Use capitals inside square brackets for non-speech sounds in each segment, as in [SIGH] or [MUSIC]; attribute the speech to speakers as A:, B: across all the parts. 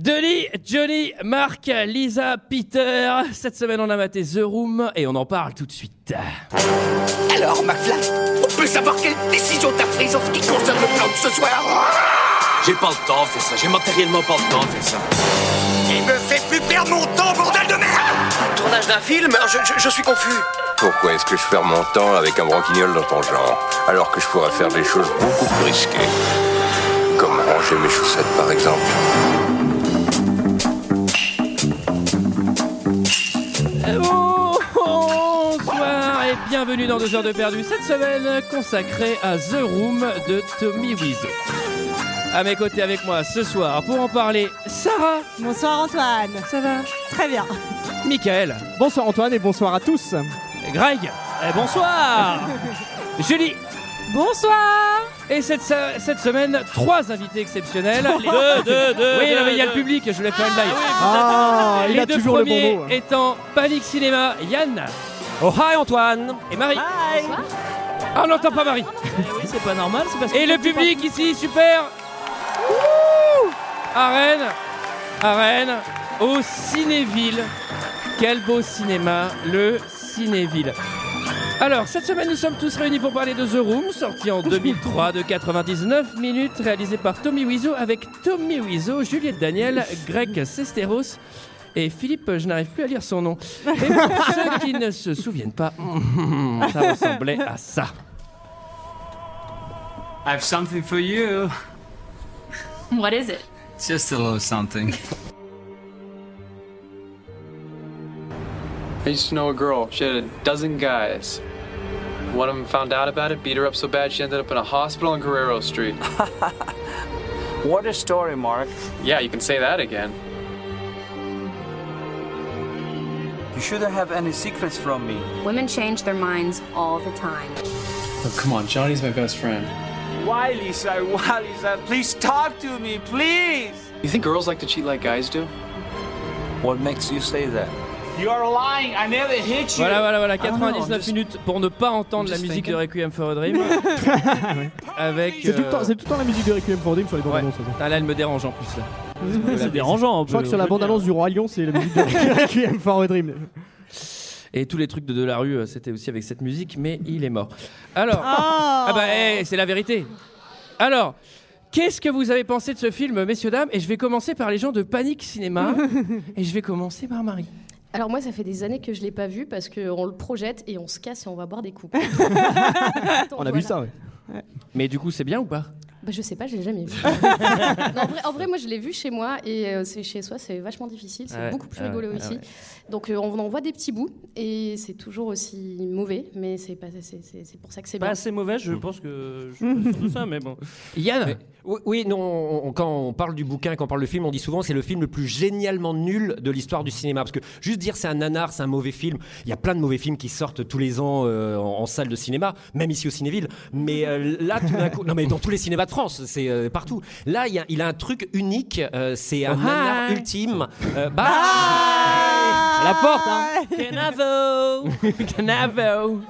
A: Denis, Johnny, Marc, Lisa, Peter. Cette semaine, on a maté The Room et on en parle tout de suite.
B: Alors, McFly, on peut savoir quelle décision t'as prise en ce qui concerne le plan de ce soir
C: J'ai pas le temps de faire ça, j'ai matériellement pas le temps de faire ça.
B: Il me fait plus perdre mon temps, bordel de merde
D: Tournage d'un film je, je- je suis confus.
E: Pourquoi est-ce que je perds mon temps avec un broquignol dans ton genre, alors que je pourrais faire des choses beaucoup plus risquées Comme ranger mes chaussettes, par exemple.
A: Bonsoir et bienvenue dans 2 heures de perdu. Cette semaine, consacrée à The Room de Tommy Wiseau. À mes côtés avec moi ce soir pour en parler, Sarah,
F: Bonsoir Antoine.
A: ça va
F: Très bien.
A: Michael,
G: Bonsoir Antoine et bonsoir à tous.
A: Greg, eh,
G: [LAUGHS]
A: bonsoir Julie
F: Bonsoir.
A: et cette, se- cette semaine, trois invités exceptionnels. Les- oui, non, mais il y a le public, je voulais faire une live.
G: Ah, il
A: Les
G: a
A: deux
G: toujours le
A: premiers
G: bon mot.
A: étant Panic Cinéma, Yann
G: Oh hi Antoine.
A: et Marie.
F: Bye.
A: Ah, on n'entend pas Marie.
H: C'est pas normal, c'est parce que.
A: Et le public ici, super À Rennes, à Rennes, au Cinéville. Quel beau cinéma, le Cinéville. Alors, cette semaine, nous sommes tous réunis pour parler de The Room, sorti en 2003 de 99 minutes, réalisé par Tommy Wiseau avec Tommy Wiseau, Juliette Daniel, Greg Sesteros et Philippe, je n'arrive plus à lire son nom. Et pour ceux qui ne se souviennent pas, [LAUGHS] ça ressemblait à ça.
H: I have something for you.
I: What is it?
H: It's just a little something.
J: I used to know a girl. She had a dozen guys. One of them found out about it, beat her up so bad she ended up in a hospital on Guerrero Street.
D: What a story, Mark.
J: [LAUGHS] yeah, you can say that again.
D: You shouldn't have any secrets from me.
I: Women change their minds all the time.
J: Oh, come on, Johnny's my best friend.
D: Why, Lisa? Why, Lisa? Please talk to me, please!
J: You think girls like to cheat like guys do?
D: What makes you say that? You are lying. I never hit you.
A: Voilà, voilà,
G: Ah,
A: voilà,
J: non,
A: 99
J: just-
A: minutes pour ne pas entendre la
J: just
A: musique de
J: thinking.
A: Requiem for
G: [LAUGHS]
A: a Dream. Avec.
G: C'est tout, le
A: euh,
G: temps- c'est tout le temps la musique de Requiem for a Dream sur les bandes
A: Ouais.
G: annonces. de toute façon.
A: Ah, là, elle me dérange en plus. Là.
H: C'est dérangeant.
G: Je crois que sur la bande annonce du Roi Lion, c'est la
H: [LAUGHS]
G: musique de Requiem for a Dream.
A: Et tous les trucs de, de la rue, euh, c'était aussi avec cette musique, mais il est mort. Alors. Ah bah, eh, c'est la vérité. Alors. Qu'est-ce que vous avez pensé de ce film, messieurs, dames Et je vais commencer par les gens de Panique Cinéma.
G: [LAUGHS]
A: et je vais commencer par Marie.
K: Alors moi, ça fait des années que je l'ai pas vu parce qu'on le projette et on se casse et on va boire des coups. Attends,
G: On
K: voilà.
G: a vu ça, ouais.
A: Mais du coup, c'est bien ou pas
K: bah, Je sais pas, je l'ai jamais
J: [LAUGHS]
K: vu. Non, en, vrai, en vrai, moi, je l'ai vu chez moi et euh, c'est chez soi, c'est vachement difficile, c'est
A: Ah ouais,
K: beaucoup plus
A: ah ouais,
K: rigolo
A: ah
K: aussi.
A: ouais.
K: Donc euh, on en voit des petits bouts et c'est toujours aussi mauvais, mais c'est pas, c'est- c'est c'est pour ça que c'est
H: Pas
K: bien.
H: assez mauvais, je pense que. Je suis pas sûr de ça, mais bon.
A: Yann
D: Oui, oui, non, on- on- quand on parle du bouquin, quand on parle du film, on dit souvent c'est le film le plus génialement nul de l'histoire du cinéma. Parce que juste dire c'est un nanar, c'est un mauvais film, il y a plein de mauvais films qui sortent tous les ans euh, en, en salle de cinéma, même ici au Cinéville. Mais euh, là, tout d'un coup, non, mais dans tous les cinémas de France, c'est euh, partout. Là, il y a, il a un truc unique, euh, c'est un
A: Oh, hi.
D: nanar ultime. Euh, bye.
G: À la porte, hein.
H: Canavo
A: Canavo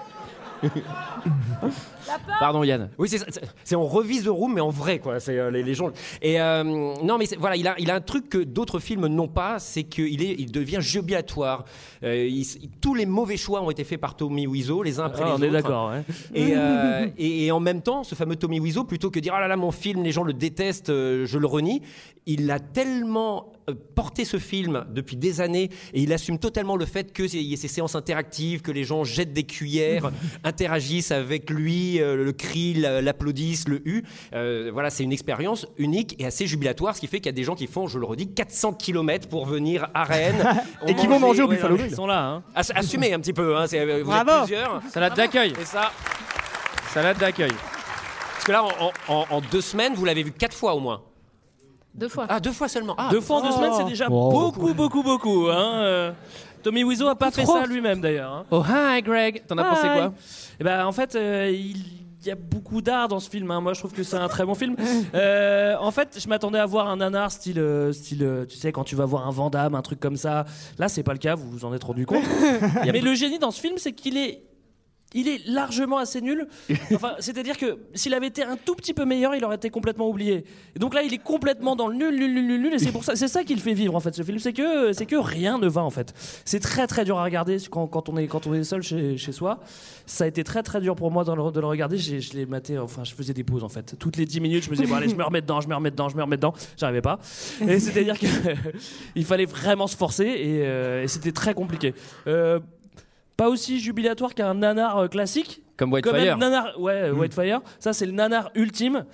A: Pardon, Yann.
D: Oui, c'est ça, c'est- c'est on revise The Room, mais en vrai, quoi. C'est euh, les, les gens. Et euh, non, mais c'est- voilà, il a, il a un truc que d'autres films n'ont pas, c'est qu'il est, il devient jubilatoire. Euh, il s- il- tous les mauvais choix ont été faits par Tommy Wiseau, les uns après
H: Ah,
D: les
H: On
D: autres.
H: est d'accord, ouais.
D: Et, euh, et, et en même temps, ce fameux Tommy Wiseau, plutôt que dire ah là là mon film, les gens le détestent, euh, je le renie, il a tellement euh, porté ce film depuis des années et il assume totalement le fait que c'est- il y ait ces séances interactives, que les gens jettent des cuillères, interagissent avec lui, euh, le crient, la- l'applaudissent, le hue. Euh, voilà, c'est une expérience unique et assez jubilatoire, ce qui fait qu'il y a des gens qui font, je le redis, 400 km pour venir à Rennes
G: Et qui vont manger au
H: Ouais,
G: Buffalo
H: non, mais Ils
G: Grill.
H: sont là, hein.
D: Ass- Assumez un petit peu, hein, c'est- euh, vous êtes
F: Bravo.
D: plusieurs.
A: Salade d'accueil.
D: Et ça,
A: Salade d'accueil.
D: Parce que là, en, en- en deux semaines, vous l'avez vu quatre fois au moins.
K: Deux fois.
D: Ah, deux fois seulement. Ah,
H: Deux fois en deux semaines, c'est déjà
G: Wow.
H: beaucoup, beaucoup, beaucoup. Hein. euh. Tommy Wiseau a pas fait ça lui-même d'ailleurs. hein.
A: Oh, hi, Greg. T'en as pensé
H: Hi.
A: quoi
H: Eh ben, en fait, euh, il y a beaucoup d'art dans ce film. hein. Moi, je trouve que c'est un très bon film. Euh, en fait, je m'attendais à voir un nanar style, euh, style, euh, tu sais, quand tu vas voir un Vandame, un truc comme ça. Là, c'est pas le cas. Vous vous en êtes rendu compte. Mais le génie dans ce film, c'est qu'il est
C: il est largement assez nul. Enfin, c'est-à-dire que s'il avait été un tout petit peu meilleur, il aurait été complètement oublié. Et donc là, il est complètement dans le nul, nul, nul, nul, nul. Et c'est pour ça, c'est ça qui le fait vivre en fait. Ce film, c'est que c'est que rien ne va en fait. C'est très très dur à regarder quand, quand on est quand on est seul chez, chez soi. Ça a été très très dur pour moi dans le- de le regarder. J'ai- Je l'ai maté. Enfin, je faisais des pauses en fait. Toutes les 10 minutes, je me disais bon allez, je me remets dedans, je me remets dedans, je me remets dedans. J'arrivais pas. Et c'est-à-dire que [LAUGHS] il fallait vraiment se forcer et, euh, et c'était très compliqué. Euh, pas aussi jubilatoire qu'un nanar euh, classique.
A: Comme
C: Quand même,
A: Whitefire.
C: nanar, ouais,
D: Hmm.
C: euh, Whitefire. Ça, c'est le nanar ultime.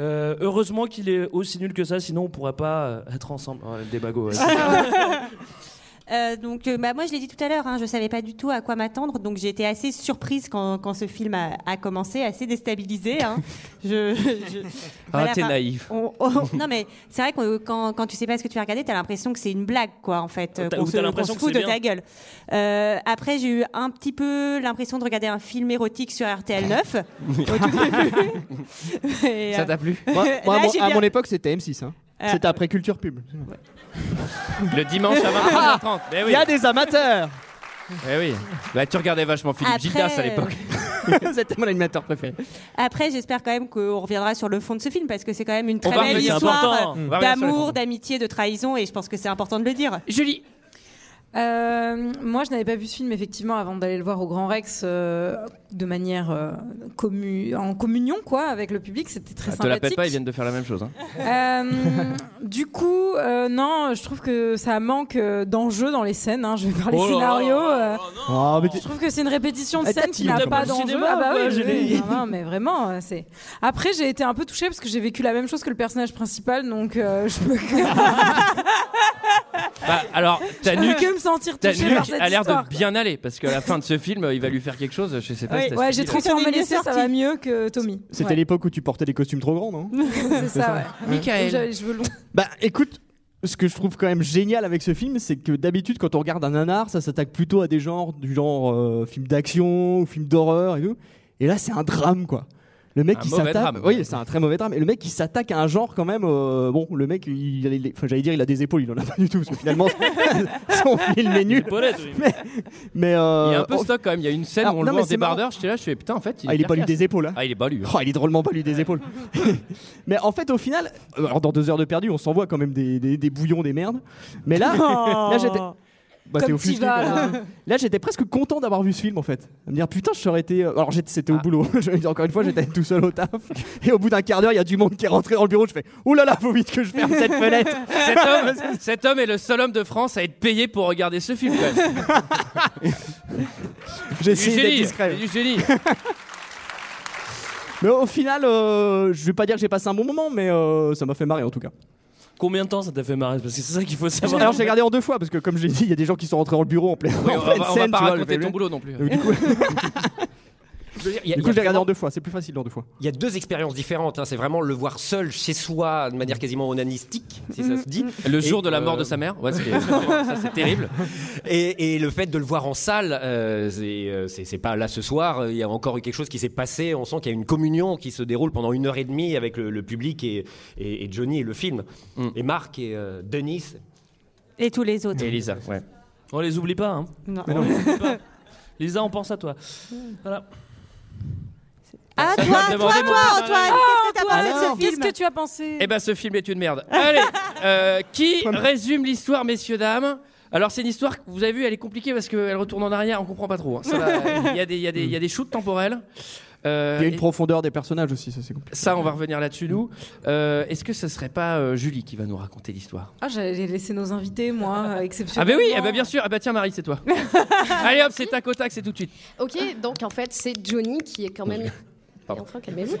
C: Euh, heureusement qu'il est aussi nul que ça, sinon on pourrait pas euh, être ensemble. Ouais, des bagos. ouais.
F: Euh, donc, euh, bah, moi, je l'ai dit tout à l'heure, hein, je savais pas du tout à quoi m'attendre, donc j'ai été assez surprise quand, quand ce film a, a commencé, assez déstabilisée. [LAUGHS] hein. Je, je-
A: Ah,
F: voilà, bah,
A: t'es
F: enfin,
A: naïf.
F: on- on- [LAUGHS] non, mais c'est vrai que euh, quand, quand tu sais pas ce que tu vas regarder, t'as l'impression que c'est une blague, quoi, en fait.
C: Oh, T'as-
F: euh,
C: ou
F: Qu'on se,
C: t'as l'impression
F: qu'on se
C: que
F: fout
C: c'est
F: de ta
C: bien.
F: gueule. Euh, après, j'ai eu un petit peu l'impression de regarder un film érotique sur RTL [LAUGHS] 9. Et,
D: Ça
F: euh,
D: t'a plu
F: Là,
D: Moi, moi, à, mon,
F: j'ai
D: à
F: bien-
D: mon époque, c'était M6. hein.
F: Ah.
D: C'était après Culture Pub.
A: Le dimanche à 23h30. Mais
D: Ah, Il
A: Eh oui.
D: y a
C: [LAUGHS]
D: des amateurs
A: Eh oui. Bah, tu regardais vachement Philippe
F: Après,
A: Gildas à l'époque.
D: C'était mon animateur préféré.
F: Après, j'espère quand même qu'on reviendra sur le fond de ce film parce que c'est quand même une
A: On
F: très
A: va
F: belle
A: revenir, c'est
F: histoire
A: important.
F: euh,
A: On va revenir sur le fond.
F: d'amour, d'amitié, de trahison et je pense que c'est important de le dire.
A: Julie.
H: Euh, moi, je n'avais pas vu ce film effectivement avant d'aller le voir au Grand Rex euh, de manière euh, commu- en communion quoi avec le public. C'était très
A: Ah, te la
H: sympathique.
A: pète pas, ils viennent de faire la même chose. hein.
H: Euh, [LAUGHS] du coup, euh, non, je trouve que ça manque euh, d'enjeu dans les scènes. hein. Je vais parler
D: Oh là
H: scénario. euh,
D: Oh, mais tu-
H: je trouve que c'est une répétition de
D: Eh, t'as
H: scène qui
D: dit,
H: n'a
D: t'as
H: pas
D: pas le
H: d'enjeu.
D: cinéma,
H: Ah bah
D: quoi,
H: oui,
D: j'ai
H: oui,
D: dit.
H: non, non, mais vraiment, euh, c'est. Après, j'ai été un peu touchée parce que j'ai vécu la même chose que le personnage principal, donc euh, [LAUGHS] je peux
A: Bah, alors, ta
H: Je peux
A: nuque,
H: que me sentir
A: ta
H: touchée
A: nuque
H: par cette
A: a l'air
H: histoire,
A: de bien aller parce qu'à la fin de ce film, il va lui faire quelque chose. Je sais pas. si t'as
H: ouais,
A: suivi,
H: j'ai
A: là.
H: transformé
F: C'était
H: l'essai,
F: mieux
H: ça va mieux que Tommy.
D: C'était
H: Ouais.
D: l'époque où tu portais des costumes trop grands, non
H: [LAUGHS] C'est ça, ouais.
A: Michael.
H: J'avais les cheveux longs.
D: Bah écoute, ce que je trouve quand même génial avec ce film, c'est que d'habitude quand on regarde un nanar, ça s'attaque plutôt à des genres du genre euh, film d'action ou film d'horreur et tout. Et là, c'est un drame quoi. Le mec
A: Un
D: qui
A: mauvais
D: s'attaque,
A: drame.
D: oui, c'est un très mauvais drame. Et le mec qui s'attaque à un genre quand même, euh, bon, le mec, il, a les- enfin, j'allais dire, il a des épaules, il en a pas du tout parce que finalement, son film est nul.
C: Paulette,
D: [LAUGHS]
C: oui.
D: Mais euh,
A: Il y a un peu
D: oh,
A: stock quand même. Il y a une scène
D: Alors,
A: où on le
D: non,
A: voit
D: mais
A: en
D: c'est marrant.
A: débardeur. J'étais là, je fais putain, en fait.
D: ah, il est pas lu
A: carcasse.
D: des épaules. hein.
A: Ah, il est balu.
D: Oh, il est drôlement pas lu des épaules. mais en fait, au final, euh, alors dans deux heures de perdu, on s'envoie quand même des, des- des bouillons, des merdes. Mais là, là j'étais. Bah,
H: Comme
D: t'es
H: t'y
D: offusqué,
H: vas,
D: quand même.
H: là.
D: [LAUGHS] Là, j'étais presque content d'avoir vu ce film en fait. À me dire putain, je serais été. euh, Alors j'étais- c'était au boulot. [LAUGHS] Je- Encore une fois, j'étais tout seul au taf. Et au bout d'un quart d'heure, il y a du monde qui est rentré dans le bureau. Je fais oh là là, faut vite que je ferme cette fenêtre.
A: Cet homme,
D: [LAUGHS]
A: cet homme est le seul homme de France à être payé pour regarder ce film.
D: [LAUGHS]
A: Quand même.
D: J'ai
A: Du
D: essayé d'être
A: génie.
D: discret.
A: Du
D: [LAUGHS]
A: génie.
D: Mais au final, euh, je vais pas dire que j'ai passé un bon moment, mais euh, ça m'a fait marrer en tout cas.
C: Combien de temps ça t'a fait marrer Parce que c'est ça qu'il faut savoir.
D: Alors j'ai regardé en deux fois parce que comme je l'ai dit, il y a des gens qui sont rentrés dans le bureau en plein.
A: Oui,
D: en
A: on va,
D: pleine
A: on va
D: scène,
A: pas
D: tu vois,
A: raconter
D: le
A: ton
D: fait-
A: boulot non plus.
D: Donc, du coup,
C: [LAUGHS]
B: Je veux dire, il y a-
D: du
B: il y
D: coup,
B: a
D: je l'ai regardé
B: vraiment-
D: en deux fois, c'est plus facile en deux fois.
B: Il y a deux expériences différentes. hein. C'est vraiment le voir seul chez soi de manière quasiment onanistique, si ça se dit.
A: Mm. Le jour
B: Et,
A: de la mort
B: euh,
A: de sa mère.
B: [LAUGHS]
A: Ouais, c'est- ça c'est terrible.
B: Et, et le fait de le voir en salle, euh, c'est, euh, c'est c'est pas là ce soir. euh, Il y a encore eu quelque chose qui s'est passé. On sent qu'il y a une communion qui se déroule pendant une heure et demie avec le, le public et, et- et Johnny et le film.
C: Mm.
B: Et Marc et euh, Denis.
F: Et tous les autres.
A: Et Elisa, ouais.
C: On les oublie pas. Hein.
F: Non.
C: On les oublie pas. Lisa, on pense à toi. Voilà.
F: Ah,
A: Ça,
F: toi,
A: je vais
F: toi,
A: te
F: toi,
A: demander mon-
F: Antoine, qu'est-ce que t'as pensé de ce
H: Ah, Qu'est-ce
F: film
H: que tu as pensé
A: Eh ben, ce film est une merde. Allez, euh,
C: [LAUGHS]
A: qui résume l'histoire, messieurs dames Alors, c'est une histoire que vous avez vu, elle est compliquée parce qu'elle retourne en arrière, on comprend pas trop. hein. Ça va, Il y a des, il y a des, il y a des shoots temporels. Euh,
D: Il y a une
A: et
D: profondeur des personnages aussi, ça c'est compliqué.
A: ça, on va revenir là-dessus nous. Euh, Est-ce que ce serait pas euh, Julie qui va nous raconter l'histoire
H: Ah, j'allais laisser nos
A: [LAUGHS]
H: invités, moi, euh,
A: Ah
H: exceptionnellement.
A: ben oui, ah ben bien sûr. Ah ben tiens, Marie, c'est
H: [LAUGHS]
A: toi. Allez hop, c'est tac au tac, c'est tout de suite.
I: Ok, donc en fait, c'est Johnny qui est quand même.
A: Pardon.
I: Enfin, calmez-vous.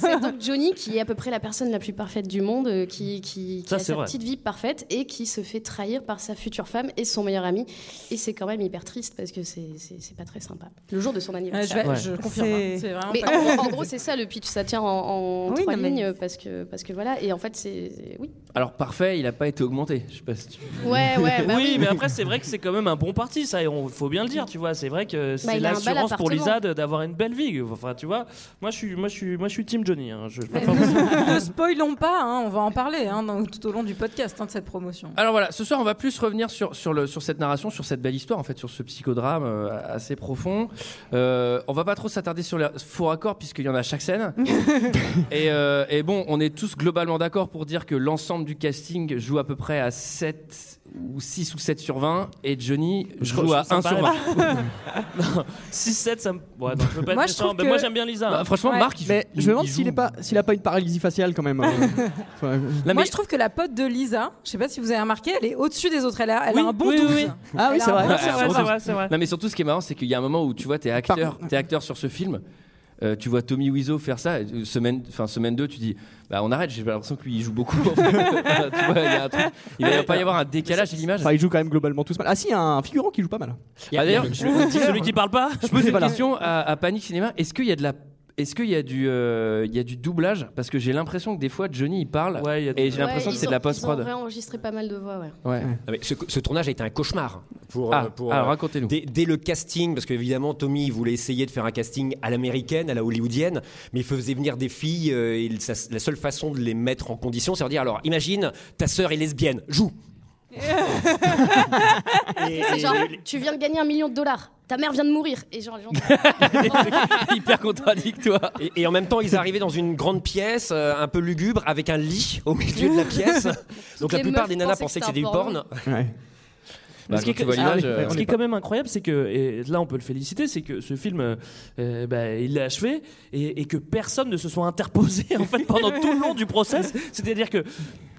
I: C'est donc Johnny qui est à peu près la personne la plus parfaite du monde, euh, qui, qui, qui
C: Ça,
I: a
C: c'est
I: sa
C: vrai.
I: petite vie parfaite et qui se fait trahir par sa future femme et son meilleur ami. Et c'est quand même hyper triste parce que c'est- c'est c'est pas très sympa. Le jour de son
H: Ouais, je,
I: anniversaire.
H: vais-
C: Ouais.
H: je confirme.
F: C'est-
H: hein. C'est vraiment
I: Mais
H: pas-
I: en, en gros, c'est ça le pitch. Ça tient en, en
F: Oui,
I: trois
F: non, mais-
I: lignes parce que parce que voilà. Et en fait, c'est oui.
A: Alors parfait, il a pas été augmenté. Je sais pas si tu-
I: Ouais, ouais. bah
C: oui, mais après, c'est vrai que c'est quand même un bon parti, ça, il faut bien le dire, tu vois. C'est vrai que c'est
I: bah, il a un bel
C: l'assurance pour
I: appartement.
C: Lisa de- d'avoir une belle vie. Enfin, tu vois, Moi, je suis, moi, je suis, moi, je suis Team Johnny. hein, je- je
H: Mais [LAUGHS]
C: préfère-
H: ne, ne spoilons pas, hein, on va en parler hein, dans- tout au long du podcast hein, de cette promotion.
A: Alors voilà, ce soir on va plus revenir sur, sur, le, sur cette narration, sur cette belle histoire, en fait, sur ce psychodrame euh, assez profond. Euh, on va pas trop s'attarder sur les faux raccords puisqu'il y en a à chaque
D: [LAUGHS]
A: scène. et, euh, et bon, on est tous globalement d'accord pour dire que l'ensemble du casting joue à peu près à 7 ou 6 ou 7 sur 20 et Johnny
C: Je
A: joue
C: trouve-
A: à
C: je
A: 1
C: trouve ça
A: sur 20.
C: pareil. Non, 6-7, ça me. Ouais, non, je veux pas être
H: Moi, je
C: méchant,
H: trouve
C: mais
H: que-
C: moi, j'aime bien Lisa.
A: Bah,
C: hein.
D: mais je me demande s'il est pas, s'il a pas une paralysie faciale quand [LAUGHS] même. euh. Enfin,
H: Moi, je trouve que la pote de Lisa, je sais pas si vous avez remarqué, elle est au-dessus des autres. Elle a, elle a un bon
C: oui,
H: 12.
C: oui.
D: Ah oui,
H: Elle a
D: c'est
H: un
D: vrai.
A: [LAUGHS]
H: bon
D: C'est
H: surtout.
D: vrai, c'est vrai,
A: Non, mais surtout, ce qui est marrant, c'est qu'il y a un moment où tu vois, t'es acteur, t'es acteur sur ce film. euh, tu vois Tommy Wiseau faire ça, et, euh, semaine, enfin semaine 2, tu dis, bah on arrête, j'ai l'impression qu'il joue beaucoup. en fait. [LAUGHS] tu vois, il y a un truc- il va pas y avoir un décalage de l'image.
D: Enfin, il joue quand même globalement tous mal. Ah si, il y a un figurant qui joue pas mal.
A: Ah, D'ailleurs, je me [LAUGHS] dis-
C: Celui qui parle pas
A: je pose une
D: Voilà.
A: question à, à Panic Cinéma, est-ce qu'il y a de la. Est-ce qu'il y, a du, euh, il y a du doublage Parce que j'ai l'impression que des fois Johnny il parle et j'ai l'impression
I: Ouais,
A: que c'est
I: ils
A: de la
I: ont- Ils
A: post-prod.
I: ont réenregistré pas mal de voix, ouais.
A: Ouais.
B: Ah, mais ce, ce tournage a été un cauchemar pour,
A: Ah,
B: pour,
A: alors racontez-nous.
B: Dès, dès le casting, parce qu'évidemment Tommy il voulait essayer de faire un casting à l'américaine, à la hollywoodienne, mais il faisait venir des filles euh, et il- sa- la seule façon de les mettre en condition, c'est de dire alors imagine ta sœur est lesbienne, joue. Et-
I: C'est
B: et-
I: genre, tu viens de gagner un million de dollars, ta mère vient de mourir. Et genre, les gens.
A: Hyper contradictoire.
B: Et, et en même temps, ils arrivaient dans une grande pièce, euh, un peu lugubre, avec un lit au milieu de la pièce. Donc la
I: les
B: plupart
I: meufs
B: des nanas pensaient
I: pensaient que
B: que c'était du
I: c'était un
B: porno.
A: Bah,
C: ce
A: quand
C: qui,
A: tu
C: est,
A: vois
C: ce-
A: l'image,
C: ce
A: euh,
C: qui
A: on est
C: est quand même incroyable, c'est que et là on peut le féliciter, c'est que ce film, euh, euh, bah, il l'a achevé et, et que personne ne se soit interposé en fait pendant tout le long du process. C'est-à-dire que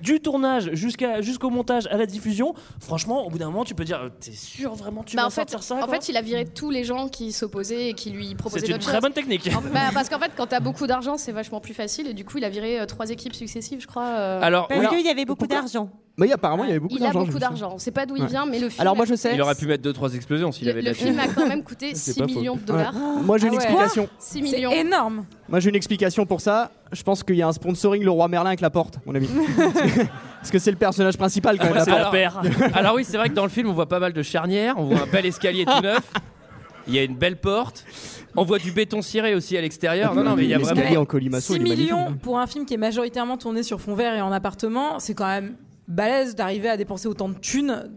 C: du tournage jusqu'à jusqu'au montage à la diffusion, franchement, au bout d'un moment, tu peux dire, euh, t'es sûr vraiment tu
I: Bah,
C: vas
I: en, fait,
C: sortir ça
I: en
C: quoi
I: fait, il a viré tous les gens qui s'opposaient et qui lui proposaient
C: C'est une
I: d'autres
C: très
I: choses.
C: bonne technique.
I: En- bah, parce qu'en fait, quand t'as beaucoup d'argent, c'est vachement plus facile. Et du coup, il a viré euh, trois équipes successives, je crois. euh,
A: Alors,
I: parce
A: oui.
I: que
F: Il y avait beaucoup d'argent.
D: Mais oui, apparemment, il y avait beaucoup
I: il a
D: d'argent.
I: beaucoup d'argent. On sait pas d'où il
D: Ouais.
I: vient, mais le film.
D: Alors moi, je
I: a-
D: sais.
A: Il aurait pu mettre 2-3 explosions s'il avait de
I: Le
A: la [LAUGHS]
I: film a quand même coûté
D: C'est
I: 6
D: pas faux.
I: millions de dollars.
D: Ouais. Moi, j'ai une explication.
I: 6 millions.
H: C'est énorme.
D: Moi, j'ai une explication pour ça. Je pense qu'il y a un sponsoring le roi Merlin avec la porte,
I: [LAUGHS]
D: mon ami. Parce que c'est le personnage principal quand même. la porte.
A: alors, alors oui, c'est vrai que dans le film, on voit pas mal de charnières, on voit un bel escalier tout neuf, il y a une belle porte, on voit du béton ciré aussi à l'extérieur. Non, non, mais il y a
D: L'escalier
A: vraiment.
D: en
H: 6
D: colimaçon, il est magnifique.
H: millions pour un film qui est majoritairement tourné sur fond vert et en appartement, c'est quand même balèze d'arriver à dépenser autant de thunes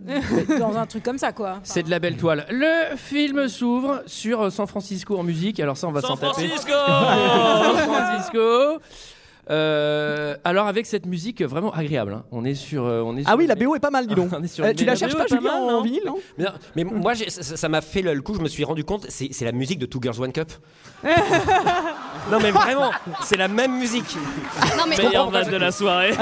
H: dans un truc comme ça, quoi.
A: C'est de la belle toile. Le film s'ouvre sur euh, San Francisco en musique. Alors ça, on va
C: San
A: s'en taper.
C: Francisco
A: [LAUGHS] San Francisco. Euh, alors avec cette musique vraiment agréable, hein. on est sur, euh, on est
D: Ah
A: sur-
D: oui, la BO est pas mal, dis donc.
A: On est sur
D: Eh,
A: une
D: tu la
A: BO
D: cherches
A: pas
D: pas,
A: mal,
D: Julien, en
A: non
D: vinyle,
C: [LAUGHS]
D: non
B: Mais, non, mais moi, j'ai- ça- ça ça m'a fait le, le coup, je me suis rendu compte, c'est c'est la musique de Two Girls One
D: [LAUGHS]
B: Cup. non mais vraiment, c'est la même musique.
I: Non, mais
C: Meilleur van de la
H: [LAUGHS]
C: soirée.